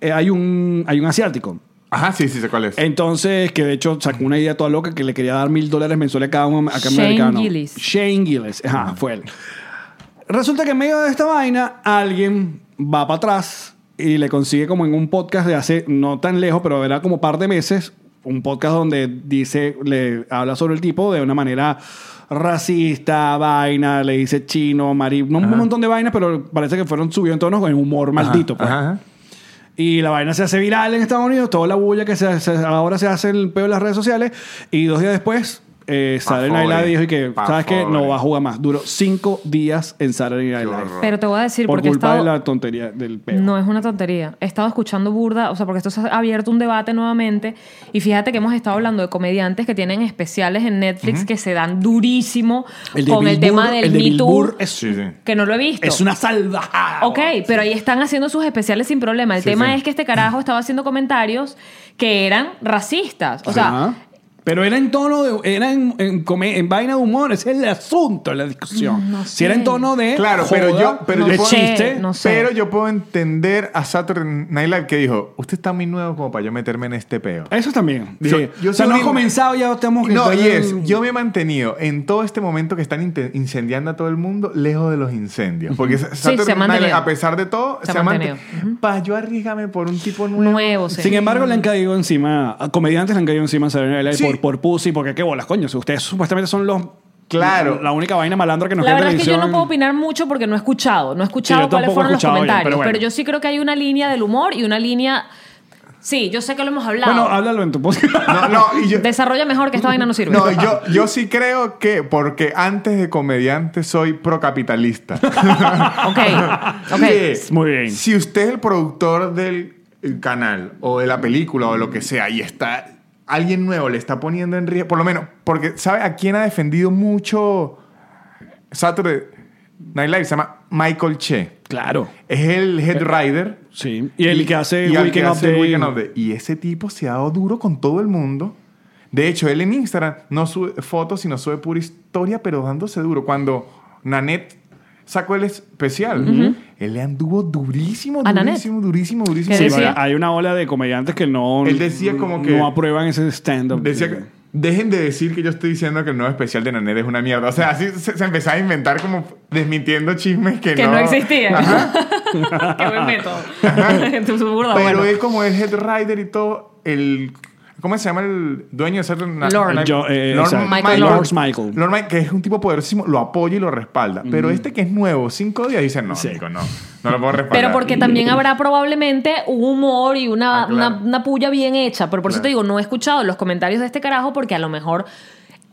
eh, hay un hay un asiático. Ajá, sí, sí, sé cuál es. Entonces, que de hecho sacó una idea toda loca que le quería dar mil dólares mensuales a cada uno a cada Shane americano. Gillis. Shane Gillis. Ajá, fue él. Resulta que en medio de esta vaina, alguien va para atrás y le consigue como en un podcast de hace, no tan lejos, pero era como par de meses, un podcast donde dice, le habla sobre el tipo de una manera racista, vaina, le dice chino, marino, un montón de vainas, pero parece que fueron subiendo en tonos en humor Ajá, maldito. pues. ajá, ajá. Y la vaina se hace viral en Estados Unidos, toda la bulla que se, se- ahora se hace el peor en las redes sociales. Y dos días después, eh, Pa' Saturday Night Live favore, dijo y que, pa' ¿sabes qué? No favore. va a jugar más. Duró cinco días en Saturday Night Qué Live. horror. Pero te voy a decir, Por porque he culpa estado- de la tontería del peo. No es una tontería. He estado escuchando burda, o sea, porque esto se ha abierto un debate nuevamente. Y fíjate que hemos estado hablando de comediantes que tienen especiales en Netflix que se dan durísimo El de con el Bill tema Burr- del el de Me Bill Too, Burr es- Sí, sí. que no lo he visto. Es una salvajada. Ok, pero ahí están haciendo sus especiales sin problema. El Sí, tema sí. es que este carajo estaba haciendo comentarios que eran racistas. O sea, Ajá. pero era en tono de. Era en, en come- en vaina de humor. Ese es el asunto de la discusión. No Si era en sé. tono de. Claro, pero joda, yo- pero de yo puedo- chiste. No sé. Pero yo puedo entender a Saturday Night Live que dijo, usted está muy nuevo como para yo meterme en este peo. Eso también. Dijo, sí. yo o sea, soy no ha un- comenzado, ya tenemos que. No, entrar y en- es, yo me he mantenido en todo este momento que están inte- incendiando a todo el mundo, lejos de los incendios. Porque Saturday se ha Night Live, mantenido. a pesar de todo, Se se, ha ha mantenido. mantenido. Pa, yo arriesgame por un tipo nuevo. nuevos. eh. sí. Sin em- embargo, le han caído encima, a comediantes le han caído encima a Saturday Night Live Sí. por, por pussy, porque qué bolas, coño. Si ustedes supuestamente son los Claro. La, la única vaina malandra que nos La queda en verdad es que yo televisión. no puedo opinar mucho porque no he escuchado, no he Sí, escuchado yo cuáles tampoco fueron he los escuchado bien, comentarios, pero pero, bueno. yo sí creo que hay una línea del humor y una línea... Sí, yo sé que lo hemos hablado. Bueno, háblalo en tu *laughs* podcast. No, no, *laughs* y yo, Desarrolla *laughs* mejor que esta vaina no sirve. *laughs* no, yo, yo sí creo que, porque antes de comediante soy procapitalista. Ok, *laughs* ok. Sí. Muy bien. Si usted es el productor del canal o de la película o de lo que sea y está alguien nuevo le está poniendo en riesgo, por lo menos, porque ¿sabe a quién ha defendido mucho Saturday Night Live? Se llama Michael Che. Claro. Es el head writer. Sí. Y el que hace y al que Weekend hace Update. Weekend Update. Y ese tipo se ha dado duro con todo el mundo. De hecho, él en Instagram no sube fotos, sino sube pura historia, pero dándose duro. Cuando Nanette sacó el especial, él le anduvo durísimo, ¿A Nanette? durísimo, durísimo, durísimo. ¿Qué Sí, decía? vaya, hay una ola de comediantes que no. Él decía como que- No aprueban ese stand-up. Decía que, dejen de decir que yo estoy diciendo que el nuevo especial de Nanette es una mierda. O sea, así se, se empezaba a inventar como desmintiendo chismes que, Que no, existía. Ajá. Qué buen *laughs* método. *laughs* Tu burda, Pero bueno. él como el head rider y todo, el... ¿Cómo se llama el dueño de Saturday Night Lord. Night? Yo- eh, exacto. Michael Lord Michael. Lord Mike, que es un tipo poderosísimo, lo apoya y lo respalda. Pero este que es nuevo, cinco días, dice, no, Sí. chico, no, no *laughs* lo puedo respaldar. Pero porque también habrá probablemente un humor y una, Ah, claro. una, una puya bien hecha. Pero por eso Claro. te digo, no he escuchado los comentarios de este carajo porque a lo mejor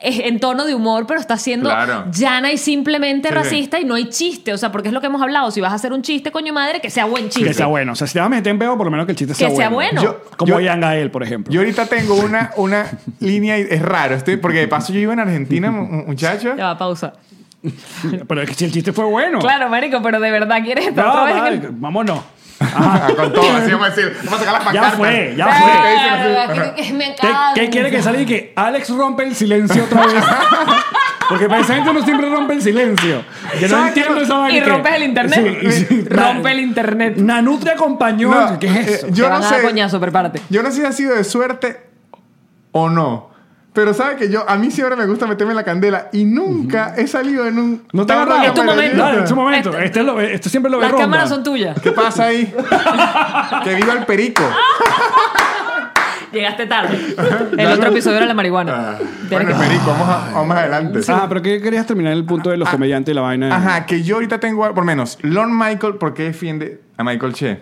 es en tono de humor, pero está siendo Claro. llana y simplemente Sí, sí. racista y no hay chiste. O sea, porque es lo que hemos hablado. Si vas a hacer un chiste, coño madre, que sea buen chiste. Que sea bueno. O sea, si te vas a meter en peo, por lo menos que el chiste sea Que bueno. sea bueno. Yo- Como Ian Gael, por *laughs* ejemplo. Yo ahorita tengo una, una línea, y es raro, estoy, porque de paso yo iba en Argentina, mu- mu- muchacho. Ya va, pausa. Pero es que si el chiste fue bueno. Claro, marico, pero de verdad quieres estar No, otra vez en vale, el- vámonos. *laughs* Con todo, así vamos a decir, vamos a sacar las Ya pancartas. fue, ya Sí, fue. que dicen así. Claro, es que me ¿Qué, encanta. qué quiere que salga y que Alex rompe el silencio otra *laughs* vez? Porque para esa gente no siempre rompe el silencio. Yo no ¿Sabes entiendo qué? esa vaina. Y que- rompes el internet. Sí, y sí. *laughs* Rompe el internet. Nanú te acompañó. No, ¿Qué es eso? eh, yo Te no van a dar sé. coñazo, prepárate. Yo no sé si ha sido de suerte o no. Pero sabe que yo, a mí siempre me gusta meterme en la candela y nunca he salido en un... no te tarro agarras. de Es tu momento. Dale, amarillista. es tu momento. Este, es lo- este siempre lo ve Las Ronda. cámaras son tuyas. ¿Qué pasa ahí? que viva el perico. Ah, Llegaste *laughs* tarde. El otro episodio era la marihuana. Ah, Tienes bueno, el que- perico, vamos, a- vamos adelante. Ah, pero ¿qué querías terminar el punto de los comediantes y la vaina? Ah, Ajá, que yo ahorita tengo, por lo menos, Lon Michael, ¿por qué defiende a Michael Che?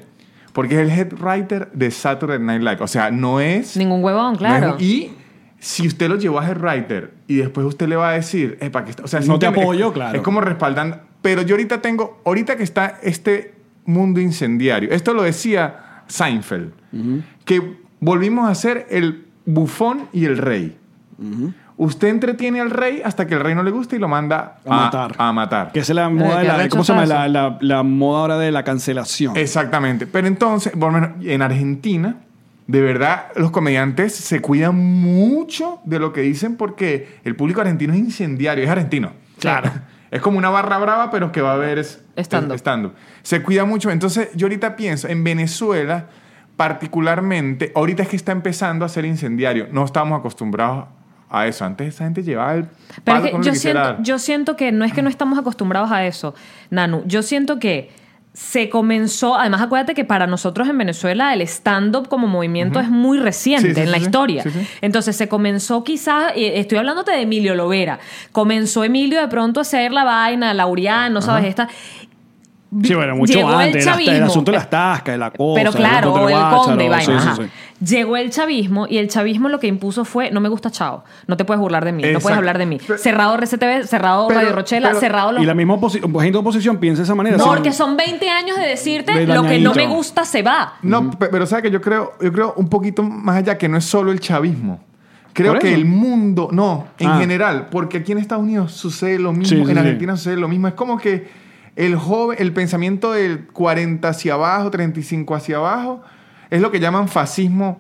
Porque es el head writer de Saturday Night Live. O sea, no es... Ningún huevón, no es claro. un- y si usted lo llevó a head writer y después usted le va a decir, "Epa, que está-", o sea, No si te entiende, apoyo, es- claro. Es como respaldando. Pero yo ahorita tengo, ahorita que está este mundo incendiario, esto lo decía Seinfeld, que volvimos a ser el bufón y el rey. Usted entretiene al rey hasta que el rey no le gusta y lo manda A matar. A matar. Que esa es la Pero moda, de qué la, arrecho ¿cómo se llama? La, está la- la moda ahora de la cancelación. Exactamente. Pero entonces, por lo menos en Argentina, de verdad, los comediantes se cuidan mucho de lo que dicen porque el público argentino es incendiario, es argentino. Claro. *laughs* Es como una barra brava, pero que va a haber es- Stand-up. es- stand-up. Se cuida mucho. Entonces, yo ahorita pienso, en Venezuela, particularmente, ahorita es que está empezando a ser incendiario. No estamos acostumbrados a eso. Antes esa gente llevaba el Pero palo es que con lo yo, que quiera siento, dar. yo siento que no es que no estamos acostumbrados a eso, Nanu. Yo siento que se comenzó. Además, acuérdate que para nosotros en Venezuela el stand-up como movimiento es muy reciente Sí, sí, en la sí, sí. historia. Sí, sí. Entonces se comenzó quizás, eh, estoy hablándote de Emilio Lovera. Comenzó Emilio de pronto a hacer la vaina, Laureano, ¿sabes? Esta. Sí, bueno, mucho Llegó el antes. las- el chavismo. asunto de las tascas, de la cosa. Pero de claro, Contra o el Bácharo, conde, vaina. sí, sí, ajá. sí. Llegó el chavismo y el chavismo lo que impuso fue: no me gusta Chao, no te puedes burlar de mí, no puedes Exacto. hablar de mí. Pero- cerrado RCTV, cerrado pero- Radio Rochela, pero- cerrado los. Y la misma oposi- gente de oposición piensa de esa manera. no, son- porque son 20 años de decirte De lo que dañadito. no me gusta se va. No, pe- pero sabe que yo creo, yo creo un poquito más allá que no es solo el chavismo. Creo Por que eso. el mundo, no, en Ah. general, porque aquí en Estados Unidos sucede lo mismo, Sí, sí, en sí. Argentina sucede lo mismo, es como que el joven, el pensamiento del 40 hacia abajo, 35 hacia abajo, es lo que llaman fascismo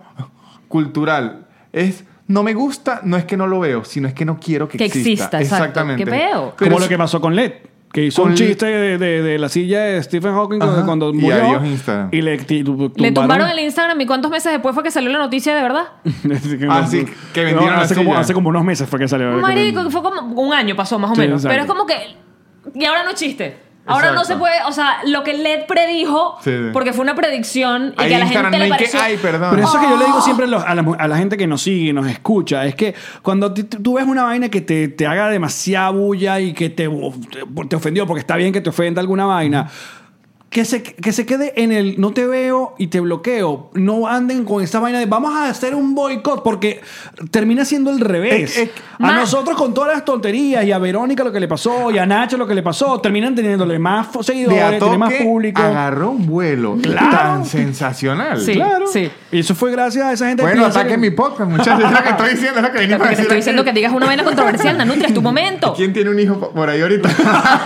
cultural. Es no me gusta, no es que no lo veo, sino es que no quiero que, Que exista, exacto. Exactamente. ¿Qué veo? Pero como es- lo que pasó con LED. Que hizo Con un Led. chiste de, de- de la silla de Stephen Hawking Ajá. cuando Y murió. adiós Instagram. Y le, ti- tu- Le tumbaron el Instagram y cuántos meses después fue que salió la noticia de verdad. *laughs* Ah, sí, que vendieron la hace como, silla. hace como unos meses fue que salió. Marico, que fue como un año pasó más o Sí, menos. exacto. Pero es como que. Y ahora no es chiste. Ahora no Exacto. se puede, o sea, lo que LED predijo, Sí, sí. porque fue una predicción y Ahí que a la Instagram gente no le hay que. pareció... Ay, perdón. Pero eso que yo le Ah. digo siempre a, los- a la, mu- a la gente que nos sigue y nos escucha, es que cuando ti- tú ves una vaina que te, te haga demasiada bulla y que te, te ofendió, porque está bien que te ofenda alguna vaina. Que se, que se quede en el no te veo y te bloqueo. No anden con esa vaina de vamos a hacer un boicot porque termina siendo el Es- revés. es- a Ma- nosotros con todas las tonterías y a Verónica lo que le pasó y a Nacho lo que le pasó, terminan teniéndole más fo- de seguidores, a tiene más toque, público. agarró un vuelo Claro. tan sensacional. Sí. Claro. Sí. Y eso fue gracias a esa gente. Bueno, piensa ataquen que- mi podcast, muchachos. Es lo que estoy diciendo, es lo que venimos a Porque te decir. estoy aquí. diciendo que digas una vaina controversial, Nanutria, es tu momento. ¿Quién tiene un hijo por ahí ahorita? *laughs*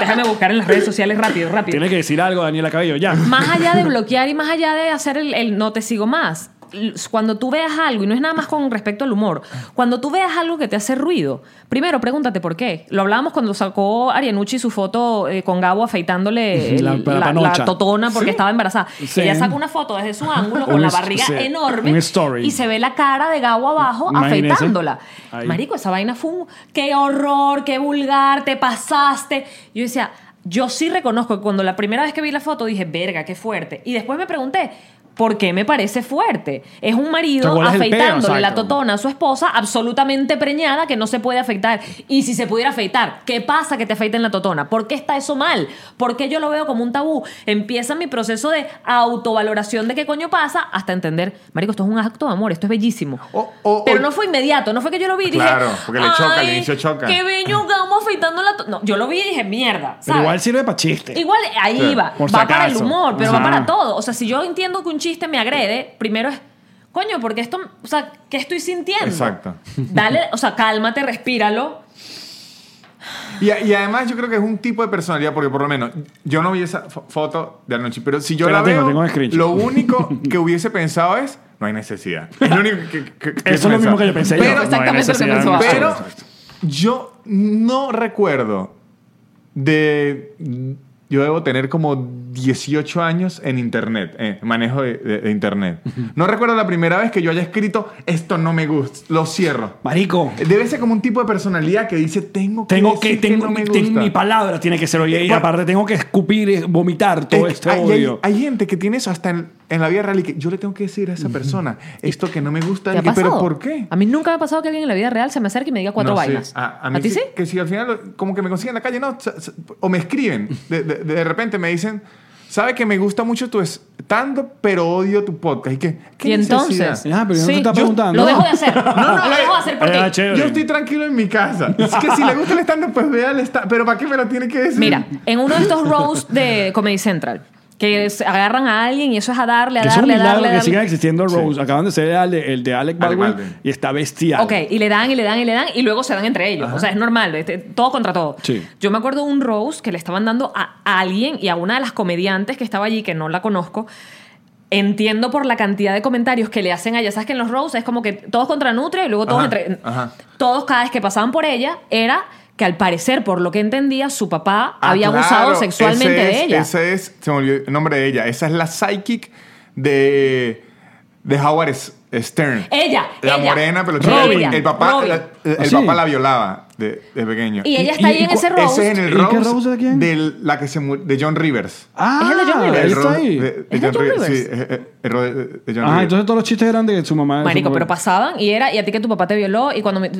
Déjame buscar en las redes sociales rápido, rápido. Tiene que decir algo, Daniela Cabello, ya. Más allá de bloquear y más allá de hacer el, el no te sigo más, l- cuando tú veas algo, y no es nada más con respecto al humor, cuando tú veas algo que te hace ruido, primero pregúntate por qué. Lo hablábamos cuando sacó Arianucci su foto eh, con Gabo afeitándole el- *laughs* La- la, la la panocha. totona porque Sí. estaba embarazada. Sí. Ella saca una foto desde su ángulo Un con la est- barriga sí. enorme Un story. y se ve la cara de Gabo abajo Imagínese. afeitándola. Ahí. Marico, esa vaina fue un... ¡Qué horror! ¡Qué vulgar! ¡Te pasaste! Yo decía, yo sí reconozco que cuando la primera vez que vi la foto dije, verga, qué fuerte. Y después me pregunté, ¿por qué me parece fuerte? Es un O sea, marido ¿cuál es el pedo? afeitándole la Exacto. totona a su esposa absolutamente preñada que no se puede afeitar. Y si se pudiera afeitar, ¿qué pasa que te afeiten la totona? ¿Por qué está eso mal? ¿Por qué yo lo veo como un tabú? Empieza mi proceso de autovaloración de qué coño pasa hasta entender, marico, esto es un acto de amor, esto es bellísimo. O- o- Pero o- no fue inmediato, no fue que yo lo vi y Claro, dije, porque le choca, al "Ay, inicio choca". Qué bello Gamo afeitando la to-". No, yo lo vi y dije, mierda. Pero ¿sabes? igual sirve para chistes. Igual ahí Sí, va. por si va para el acaso. humor, pero Ajá. va para todo. O sea, si yo entiendo que un chiste me agrede, primero es, coño, porque esto, o sea, ¿qué estoy sintiendo? Exacto. Dale, o sea, cálmate, respíralo. Y, a- y además yo creo que es un tipo de personalidad, porque por lo menos yo no vi esa fo- foto de anoche, pero si yo Pero la la tengo, veo, tengo un screenshot. lo único *laughs* que hubiese pensado es, no hay necesidad. Es lo único que, que- que Eso es lo pensaba. mismo que yo pensé. Pero, yo. exactamente No hay lo que necesidad, pensó no Pablo. sé. pero yo no recuerdo de... Yo debo tener como 18 años en internet, eh, manejo de, de- de internet. No recuerdo la primera vez que yo haya escrito, esto no me gusta, lo cierro. Marico, Debe ser como un tipo de personalidad que dice, tengo que tengo que, decir tengo, no me tengo- gusta". mi palabra tiene que ser oye y Bueno. aparte tengo que escupir, eh, vomitar todo Es- este hay, hay- odio. hay gente que tiene eso hasta en, en la vida real y que yo le tengo que decir a esa persona esto que no me gusta, ¿Te ha y que, pero pasado? ¿por qué? A mí nunca me ha pasado que alguien en la vida real se me acerque y me diga cuatro No sé. vainas. A, a mí ti sí? Que si al final, lo- como que me consiguen en la calle, no, sa- sa- o me escriben, de, de- de repente me dicen, sabe que me gusta mucho tu estando, pero odio tu podcast. Y que, ¿qué Y necesidad? entonces, Ah, pero yo no Sí. te estaba preguntando. lo dejo de hacer. no, lo dejo de eh, hacer por eh, ti. che, Chévere. Yo estoy tranquilo en mi *laughs* casa. Es que si le gusta el stand pues vea el stand Pero ¿para qué me lo tiene que decir? Mira, en uno de estos roasts de Comedy Central, que es- agarran a alguien y eso es a darle, a Que es un darle, a milagro darle. a que darle. sigan existiendo Rose. Acaban de ser el de, el de Alec Alec Baldwin, Baldwin. y está bestial. Ok, y le dan y le dan y le dan y luego se dan entre ellos. O sea, es normal, este, todo contra todo. Sí. Yo me acuerdo un roast que le estaban dando a alguien y a una de las comediantes que estaba allí, que no la conozco. Entiendo por la cantidad de comentarios que le hacen a ella. Sabes que en los roasts es como que todos contra Nutria y luego todos Ajá, entre. ajá. Todos cada vez que pasaban por ella era que al parecer, por lo que entendía, su papá Ah, había claro, abusado sexualmente ese es- de ella. Ese es, se me olvidó el nombre de ella. Esa es la psychic de, de Howard S- Stern. Ella, La Eh, ella. morena, pero Robin, el papá, Robin. la, el ¿Ah, sí? papá la violaba de, de pequeño. Y ella ¿Y- está y- ahí y en cu- ese roast. Ese es en el ¿Y qué roast, roast de quién? del- la que se mu- de John Rivers. Ah, ¿Es el de John Rivers? él está roast ahí. de- ¿Es de de John John Rivers, Rivers? sí, eh, eh, el roast de- de John Ah, Rivers. entonces todos los chistes eran de su mamá. de su Marico, papá. pero pasaban y era, y a ti que tu papá te violó, y cuando me-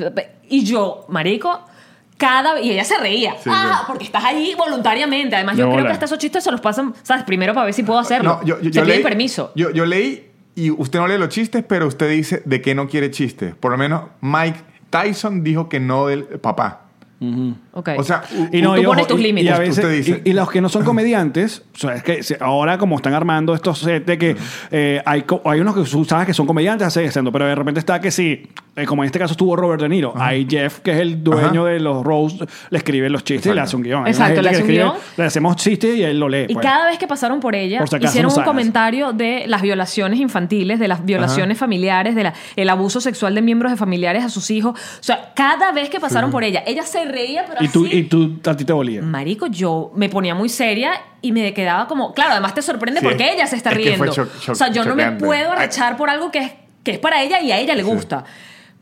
Y yo, marico, cada... Y ella se reía. Sí, ah, sí. porque estás allí voluntariamente. Además, yo De creo bola. que hasta esos chistes se los pasan, ¿sabes? Primero para ver si puedo hacerlo. No, yo, yo- Se yo piden leí, permiso. Yo, yo leí y usted no lee los chistes, pero usted dice de qué no quiere chistes. Por lo menos Mike Tyson dijo que no del papá. Ok. O sea, u- Y no, Tú y pones ojo, tus y- límites. Y, a Usted veces- dice. y- y los que no son comediantes, o sea, es que se- ahora como están armando estos sets de que eh, hay, co- hay unos que tú sabes que son comediantes, hacen stand-up, pero de repente está que sí, eh, como en este caso estuvo Robert De Niro, hay Jeff, que es el dueño Ajá. de los roasts, le escribe los chistes y le Exacto. hace un guión. Hay Exacto, una gente le que hace un escribe, guión. Le hacemos chistes y él lo lee. Y pues. cada vez que pasaron por ella, Por si acaso hicieron no un sabes. comentario de las violaciones infantiles, de las violaciones familiares, del abuso sexual de miembros de familiares a sus hijos. O sea, cada vez que pasaron por ella, ella se reía, pero y, tú, así. y tú, a ti te dolía. Mm. Marico, yo me ponía muy seria y me quedaba como. Claro, además te sorprende Sí, porque ella se está es que riendo. fue cho- cho- o sea, yo no me choqueante. puedo arrechar por algo que es, que es para ella y a ella le gusta.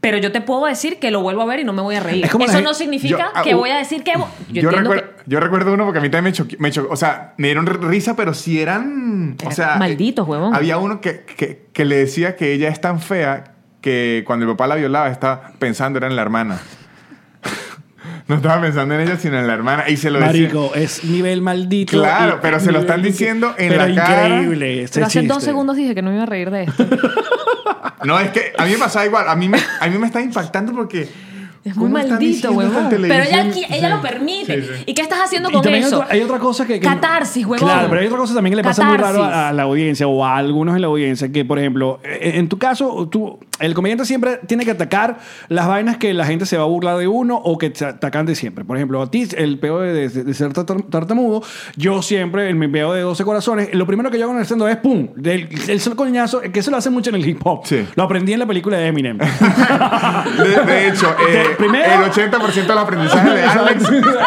pero yo te puedo decir que lo vuelvo a ver y no me voy a reír. Es como Eso la no gen- significa yo- ah, que uh, voy a decir que... vo- Yo, Yo, entiendo recuer- yo recuerdo uno porque a mí también me choqueó. Me choqueó. o sea, me dieron r- risa, pero si eran. O Eran sea. malditos, eh, huevón. Había uno que, que, que le decía que ella es tan fea que cuando el papá la violaba estaba pensando era en la hermana. *laughs* no estaba pensando en ella, sino en la hermana. Y se lo decía. Marico, es nivel maldito. Claro, pero se lo nivel están inque- diciendo en pero la cara. increíble. que- este Pero hace dos chiste. segundos dije que no me iba a reír *laughs* de esto. No, es que a mí me pasaba igual. A mí me, a mí me está impactando porque. Es muy ¿cómo están maldito, diciendo esta huevón. Pero ella, televisión? qui- ella lo Sí. permite. Sí, sí. ¿Y qué estás haciendo Y con también hay eso? otra- hay otra cosa que, que- Catarsis, huevón. Claro, pero hay otra cosa también que le pasa muy raro Catarsis. a, a la audiencia o a algunos en la audiencia. Que, por ejemplo, e- en tu caso, tú, el comediante siempre tiene que atacar las vainas que la gente se va a burlar de uno o que te atacan de siempre. Por ejemplo, a ti, el peo de, de- de ser tartar- tartamudo, yo siempre, en mi peo de 12 corazones, lo primero que yo hago en el stand es pum, del, el sol coñazo, que eso lo hace mucho en el hip hop. Sí. Lo aprendí en la película de Eminem. De, de hecho, eh, *laughs* De- primero- el 80% de los aprendizajes *laughs* de Alex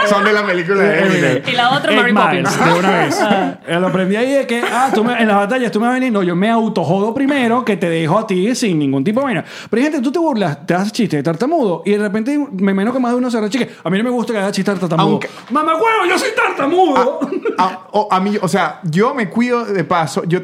son de la película Eh, de Eminem. Y la otra, Eight Mary Miles, Poppins. De una *laughs* vez. Eh, Lo aprendí ahí de que, ah, tú me- en las batallas tú me vas a venir. No, yo me autojodo primero, que te dejo a ti sin ningún tipo de vaina. Pero hay gente, tú te burlas, te haces chiste de tartamudo y de repente me menos que más de uno se rechique. A mí no me gusta que haga chiste de tartamudo. Aunque- Ah. ¡Mamá huevo, yo soy tartamudo! a, o- a mí, o sea, yo me cuido de paso. Yo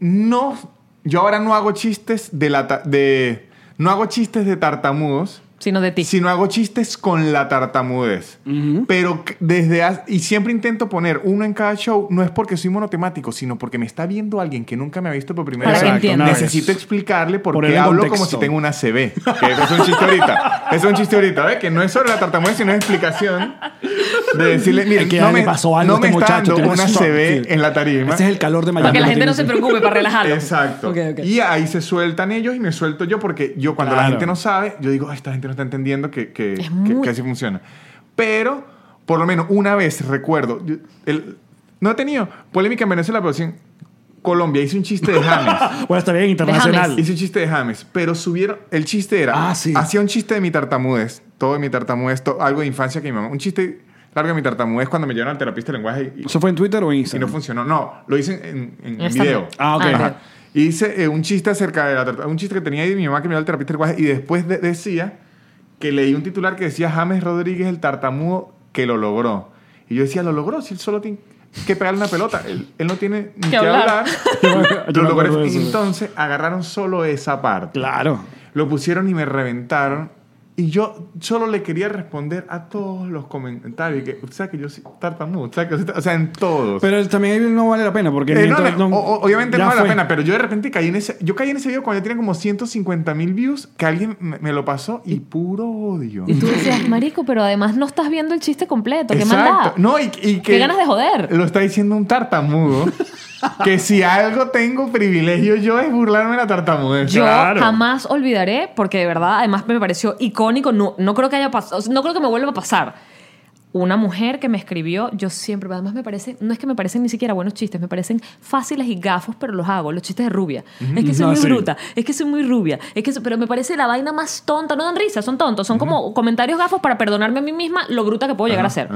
no, yo ahora no hago chistes de la, ta- de, no hago chistes de tartamudos, Sino de ti. sino hago chistes con la tartamudez. Pero c- desde ha- y siempre intento poner uno en cada show. No es porque soy monotemático, sino porque me está viendo alguien que nunca me ha visto por primera Para que vez. entienda. Necesito explicarle por Ponerle qué en hablo como contexto. si tengo una CB. Que eso es un *laughs* chiste ahorita. Eso es un chiste ahorita, ¿ves? Que no es sobre la tartamudez, sino es explicación de decirle, mire, Es que no ya me, le pasó algo no a este me está muchacho, dando tiene una razón. CB Sí. en la tarima. Ese es el calor de Miami. Para que la gente no tiene- se preocupe, para relajarlo. Exacto. Ok, ok. Y ahí se sueltan ellos y me suelto yo porque yo cuando la Claro. gente no sabe, yo digo, "Ay, esta gente no está entendiendo que, que, que- muy- que así funciona. Pero, por lo menos una vez recuerdo, yo- el- no he tenido polémica en Venezuela, pero sí en Colombia hice un chiste de *laughs* James. Bueno, está bien, internacional. hice un chiste de James, pero subieron, el chiste era, Ah, sí. hacía un chiste de mi tartamudez, todo de mi tartamudez, to- algo de infancia que mi mamá, un chiste largo de mi tartamudez cuando me llevaron al terapista de lenguaje y, ¿Eso fue en Twitter o en y Instagram? no funcionó. No, lo hice en, en- en En stand-up. video. Ah, ok. en Ajá. video. Hice eh, un chiste acerca de la tarta- un chiste que tenía ahí mi mamá que me dio el terapista del lenguaje y después de- decía que leí un titular que decía James Rodríguez el tartamudo que lo logró. Y yo decía, lo logró, si él solo tiene que pegarle una pelota, él, él no tiene ni que hablar. hablar. *laughs* Yo Lo me- yo me logró. acuerdo de eso. Entonces agarraron solo esa parte. Claro. Lo pusieron y me reventaron. Y yo solo le quería responder a todos los comentarios. Que, o sea, que yo soy tartamudo. O sea, que, o sea en todos. Pero el- también ahí no vale la pena porque... Eh, no, mientras no, no- o- o- obviamente ya no vale fue. la pena, pero yo de repente caí en ese. Yo caí en ese video cuando ya tenía como 150 mil views, que alguien me, me lo pasó y puro odio. Y tú decías, marico, pero además no estás viendo el chiste completo. ¿Qué maldad? No, y, y que. Qué ganas de joder. Lo está diciendo un tartamudo. que si algo tengo privilegio yo es burlarme de la tartamudez. Yo Claro. jamás olvidaré, porque de verdad, además me pareció icónico. No, no creo que haya pasado, no creo que me vuelva a pasar. Una mujer que me escribió, yo siempre, además me parece, no es que me parecen ni siquiera buenos chistes, me parecen fáciles y gafos, pero los hago, los chistes de rubia. Es que soy No, muy sí. bruta, es que soy muy rubia, es que, so- pero me parece la vaina más tonta, no dan risa, son tontos, son como comentarios gafos para perdonarme a mí misma lo bruta que puedo llegar a ser.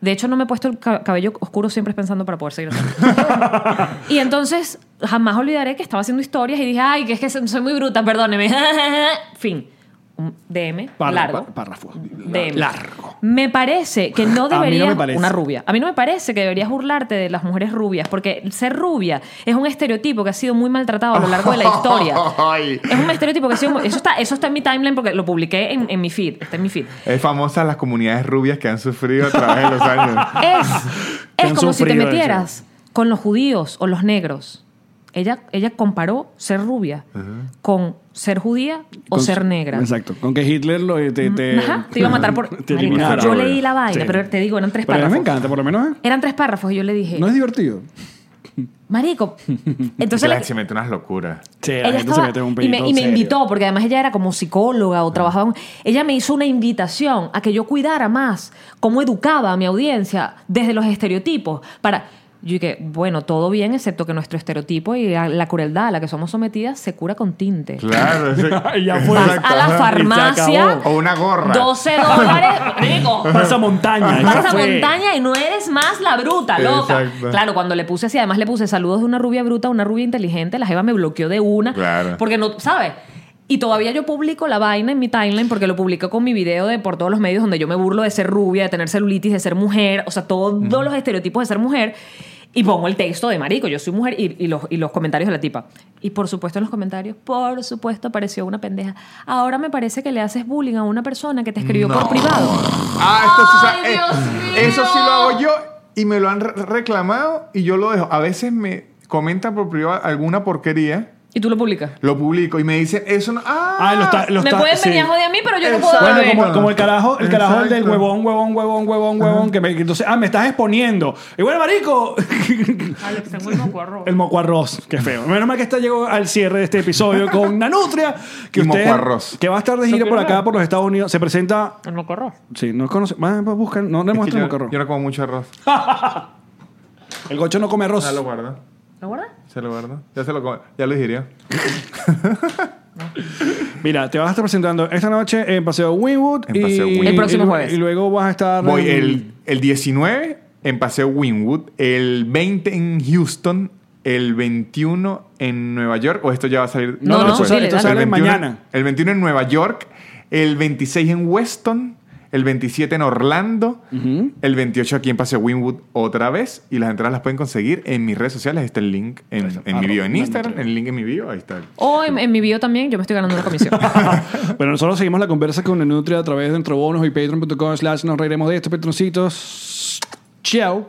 De hecho, no me he puesto el ca- cabello oscuro siempre pensando para poder seguir. *laughs* haciendo. y entonces, jamás olvidaré que estaba haciendo historias y dije, ay, que es que so- soy muy bruta, perdóneme. *laughs* fin. Un DM Párrafo, largo. pá- Párrafo. DM. Largo. Me parece que no A mí no me deberías... parece. Una rubia. A mí no me parece que deberías burlarte de las mujeres rubias, porque ser rubia es un estereotipo que ha sido muy maltratado a lo largo de la *laughs* historia. Ay. Es un estereotipo que ha sido... muy- Eso está, eso está en mi timeline porque lo publiqué en, en mi feed. Está en mi feed. Es famosa las comunidades rubias que han sufrido a través de *laughs* los años. Es, Que es han como si te sufrido metieras con los judíos o los negros. Ella, ella comparó ser rubia con ser judía o Con- ser negra. Exacto. Con que Hitler lo, eh, te, te, Ajá, te iba a matar por... te Marico, eliminara. yo leí la vaina, Sí. pero te digo, eran tres Pero a mí párrafos. me encanta, por lo menos. ¿eh? Eran tres párrafos y yo le dije, No es divertido. *laughs* marico, Entonces entonces la le- gente se mete unas locuras. Sí, ella estaba- y me, y me invitó, porque además ella era como psicóloga o trabajaba... en- ella me hizo una invitación a que yo cuidara más cómo educaba a mi audiencia desde los estereotipos para... Yo dije, bueno, todo bien, excepto que nuestro estereotipo y la, la crueldad a la que somos sometidas se cura con tinte. Claro. *laughs* ese- Ya fue. Vas Exacto, a la ajá. farmacia, O una gorra. 12 dólares, marico, *laughs* Pasa montaña. ya Pasa fue. montaña y no eres más la bruta, loca. Exacto. Claro, cuando le puse así, además le puse saludos de una rubia bruta a una rubia inteligente, la Jeva me bloqueó de una. Claro. Porque no, ¿sabes? Y todavía yo publico la vaina en mi timeline porque lo publico con mi video de por todos los medios donde yo me burlo de ser rubia, de tener celulitis, de ser mujer, o sea, todos los estereotipos de ser mujer. Y pongo el texto de marico, yo soy mujer, y, y los, y los comentarios de la tipa. Y por supuesto en los comentarios, por supuesto apareció una pendeja. Ahora me parece que le haces bullying a una persona que te escribió por No. privado. Ah, esto sí, o sea, ¡Ay, eh, Dios eso sí mío! lo hago yo y me lo han re- reclamado y yo lo dejo. A veces me comenta por privado alguna porquería, Y tú lo publicas. lo publico y me dicen, eso no. Ah, Ah, lo está- lo Me está- pueden sí. venir a joder a mí, pero yo no puedo Exacto. Bueno, beber. como, como el carajo, el carajo el del Exacto. huevón, huevón, huevón, huevón, huevón, que me, entonces, ah, me estás exponiendo. Y bueno, marico, *laughs* Alex, tengo el moco arroz. el moco arroz, qué feo. Menos mal que esta llegó al cierre de este *laughs* episodio con Nanutria, que Y moco usted, arroz. que va a estar de gira por acá, por los Estados Unidos, se presenta, El moco arroz. sí, no conoce, más buscan, no le Es que muestran yo, moco arroz. yo no como mucho arroz. El gocho no come arroz. Ya lo guardo. ¿Te acuerdas? Se lo guardo. Ya se lo come. Ya lo diría. Mira, te vas a estar presentando esta noche en Paseo Winwood En Paseo Wynwood. El próximo y- jueves. y luego vas a estar Voy en- el, el 19 en Paseo Winwood, el 20 en Houston, el 21 en Nueva York, o esto ya va a salir. No, No, no, no, esto, sí, sale- le esto das. sale El 21 mañana. El 21 en Nueva York, el 26 en Weston, el 27 en Orlando, el 28 aquí en Paseo Winwood otra vez. Y las entradas las pueden conseguir en mis redes sociales. Ahí está el link en, en mi bio en Instagram, el link en mi bio, ahí está. O Oh, en, en mi bio también, yo me estoy ganando *laughs* una comisión. Bueno, nosotros seguimos la conversa con Nanutria a través de Entrobonos y patreon.com slash nos reiremos de esto, patroncitos. Chao.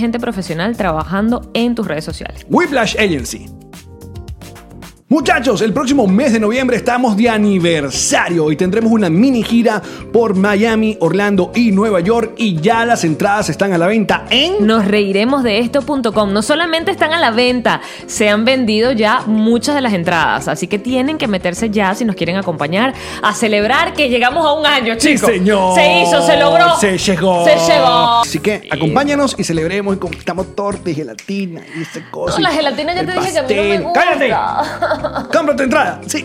gente profesional trabajando en tus redes sociales. Whiplash Agency. Muchachos, el próximo mes de noviembre estamos de aniversario y tendremos una mini gira por Miami, Orlando y Nueva York y ya las entradas están a la venta en... Nos reiremos de esto.com. No solamente están a la venta, se han vendido ya muchas de las entradas. Así que tienen que meterse ya si nos quieren acompañar a celebrar que llegamos a un año, Sí, chicos. señor. Se hizo, se logró. Se llegó. Se llegó. Así que acompáñanos y celebremos y conquistamos torta y gelatina y esa cosa. No, la gelatina ya El te dije que a mí no me gusta. pastel. ¡Cállate! ¡Compra tu entrada! Sí.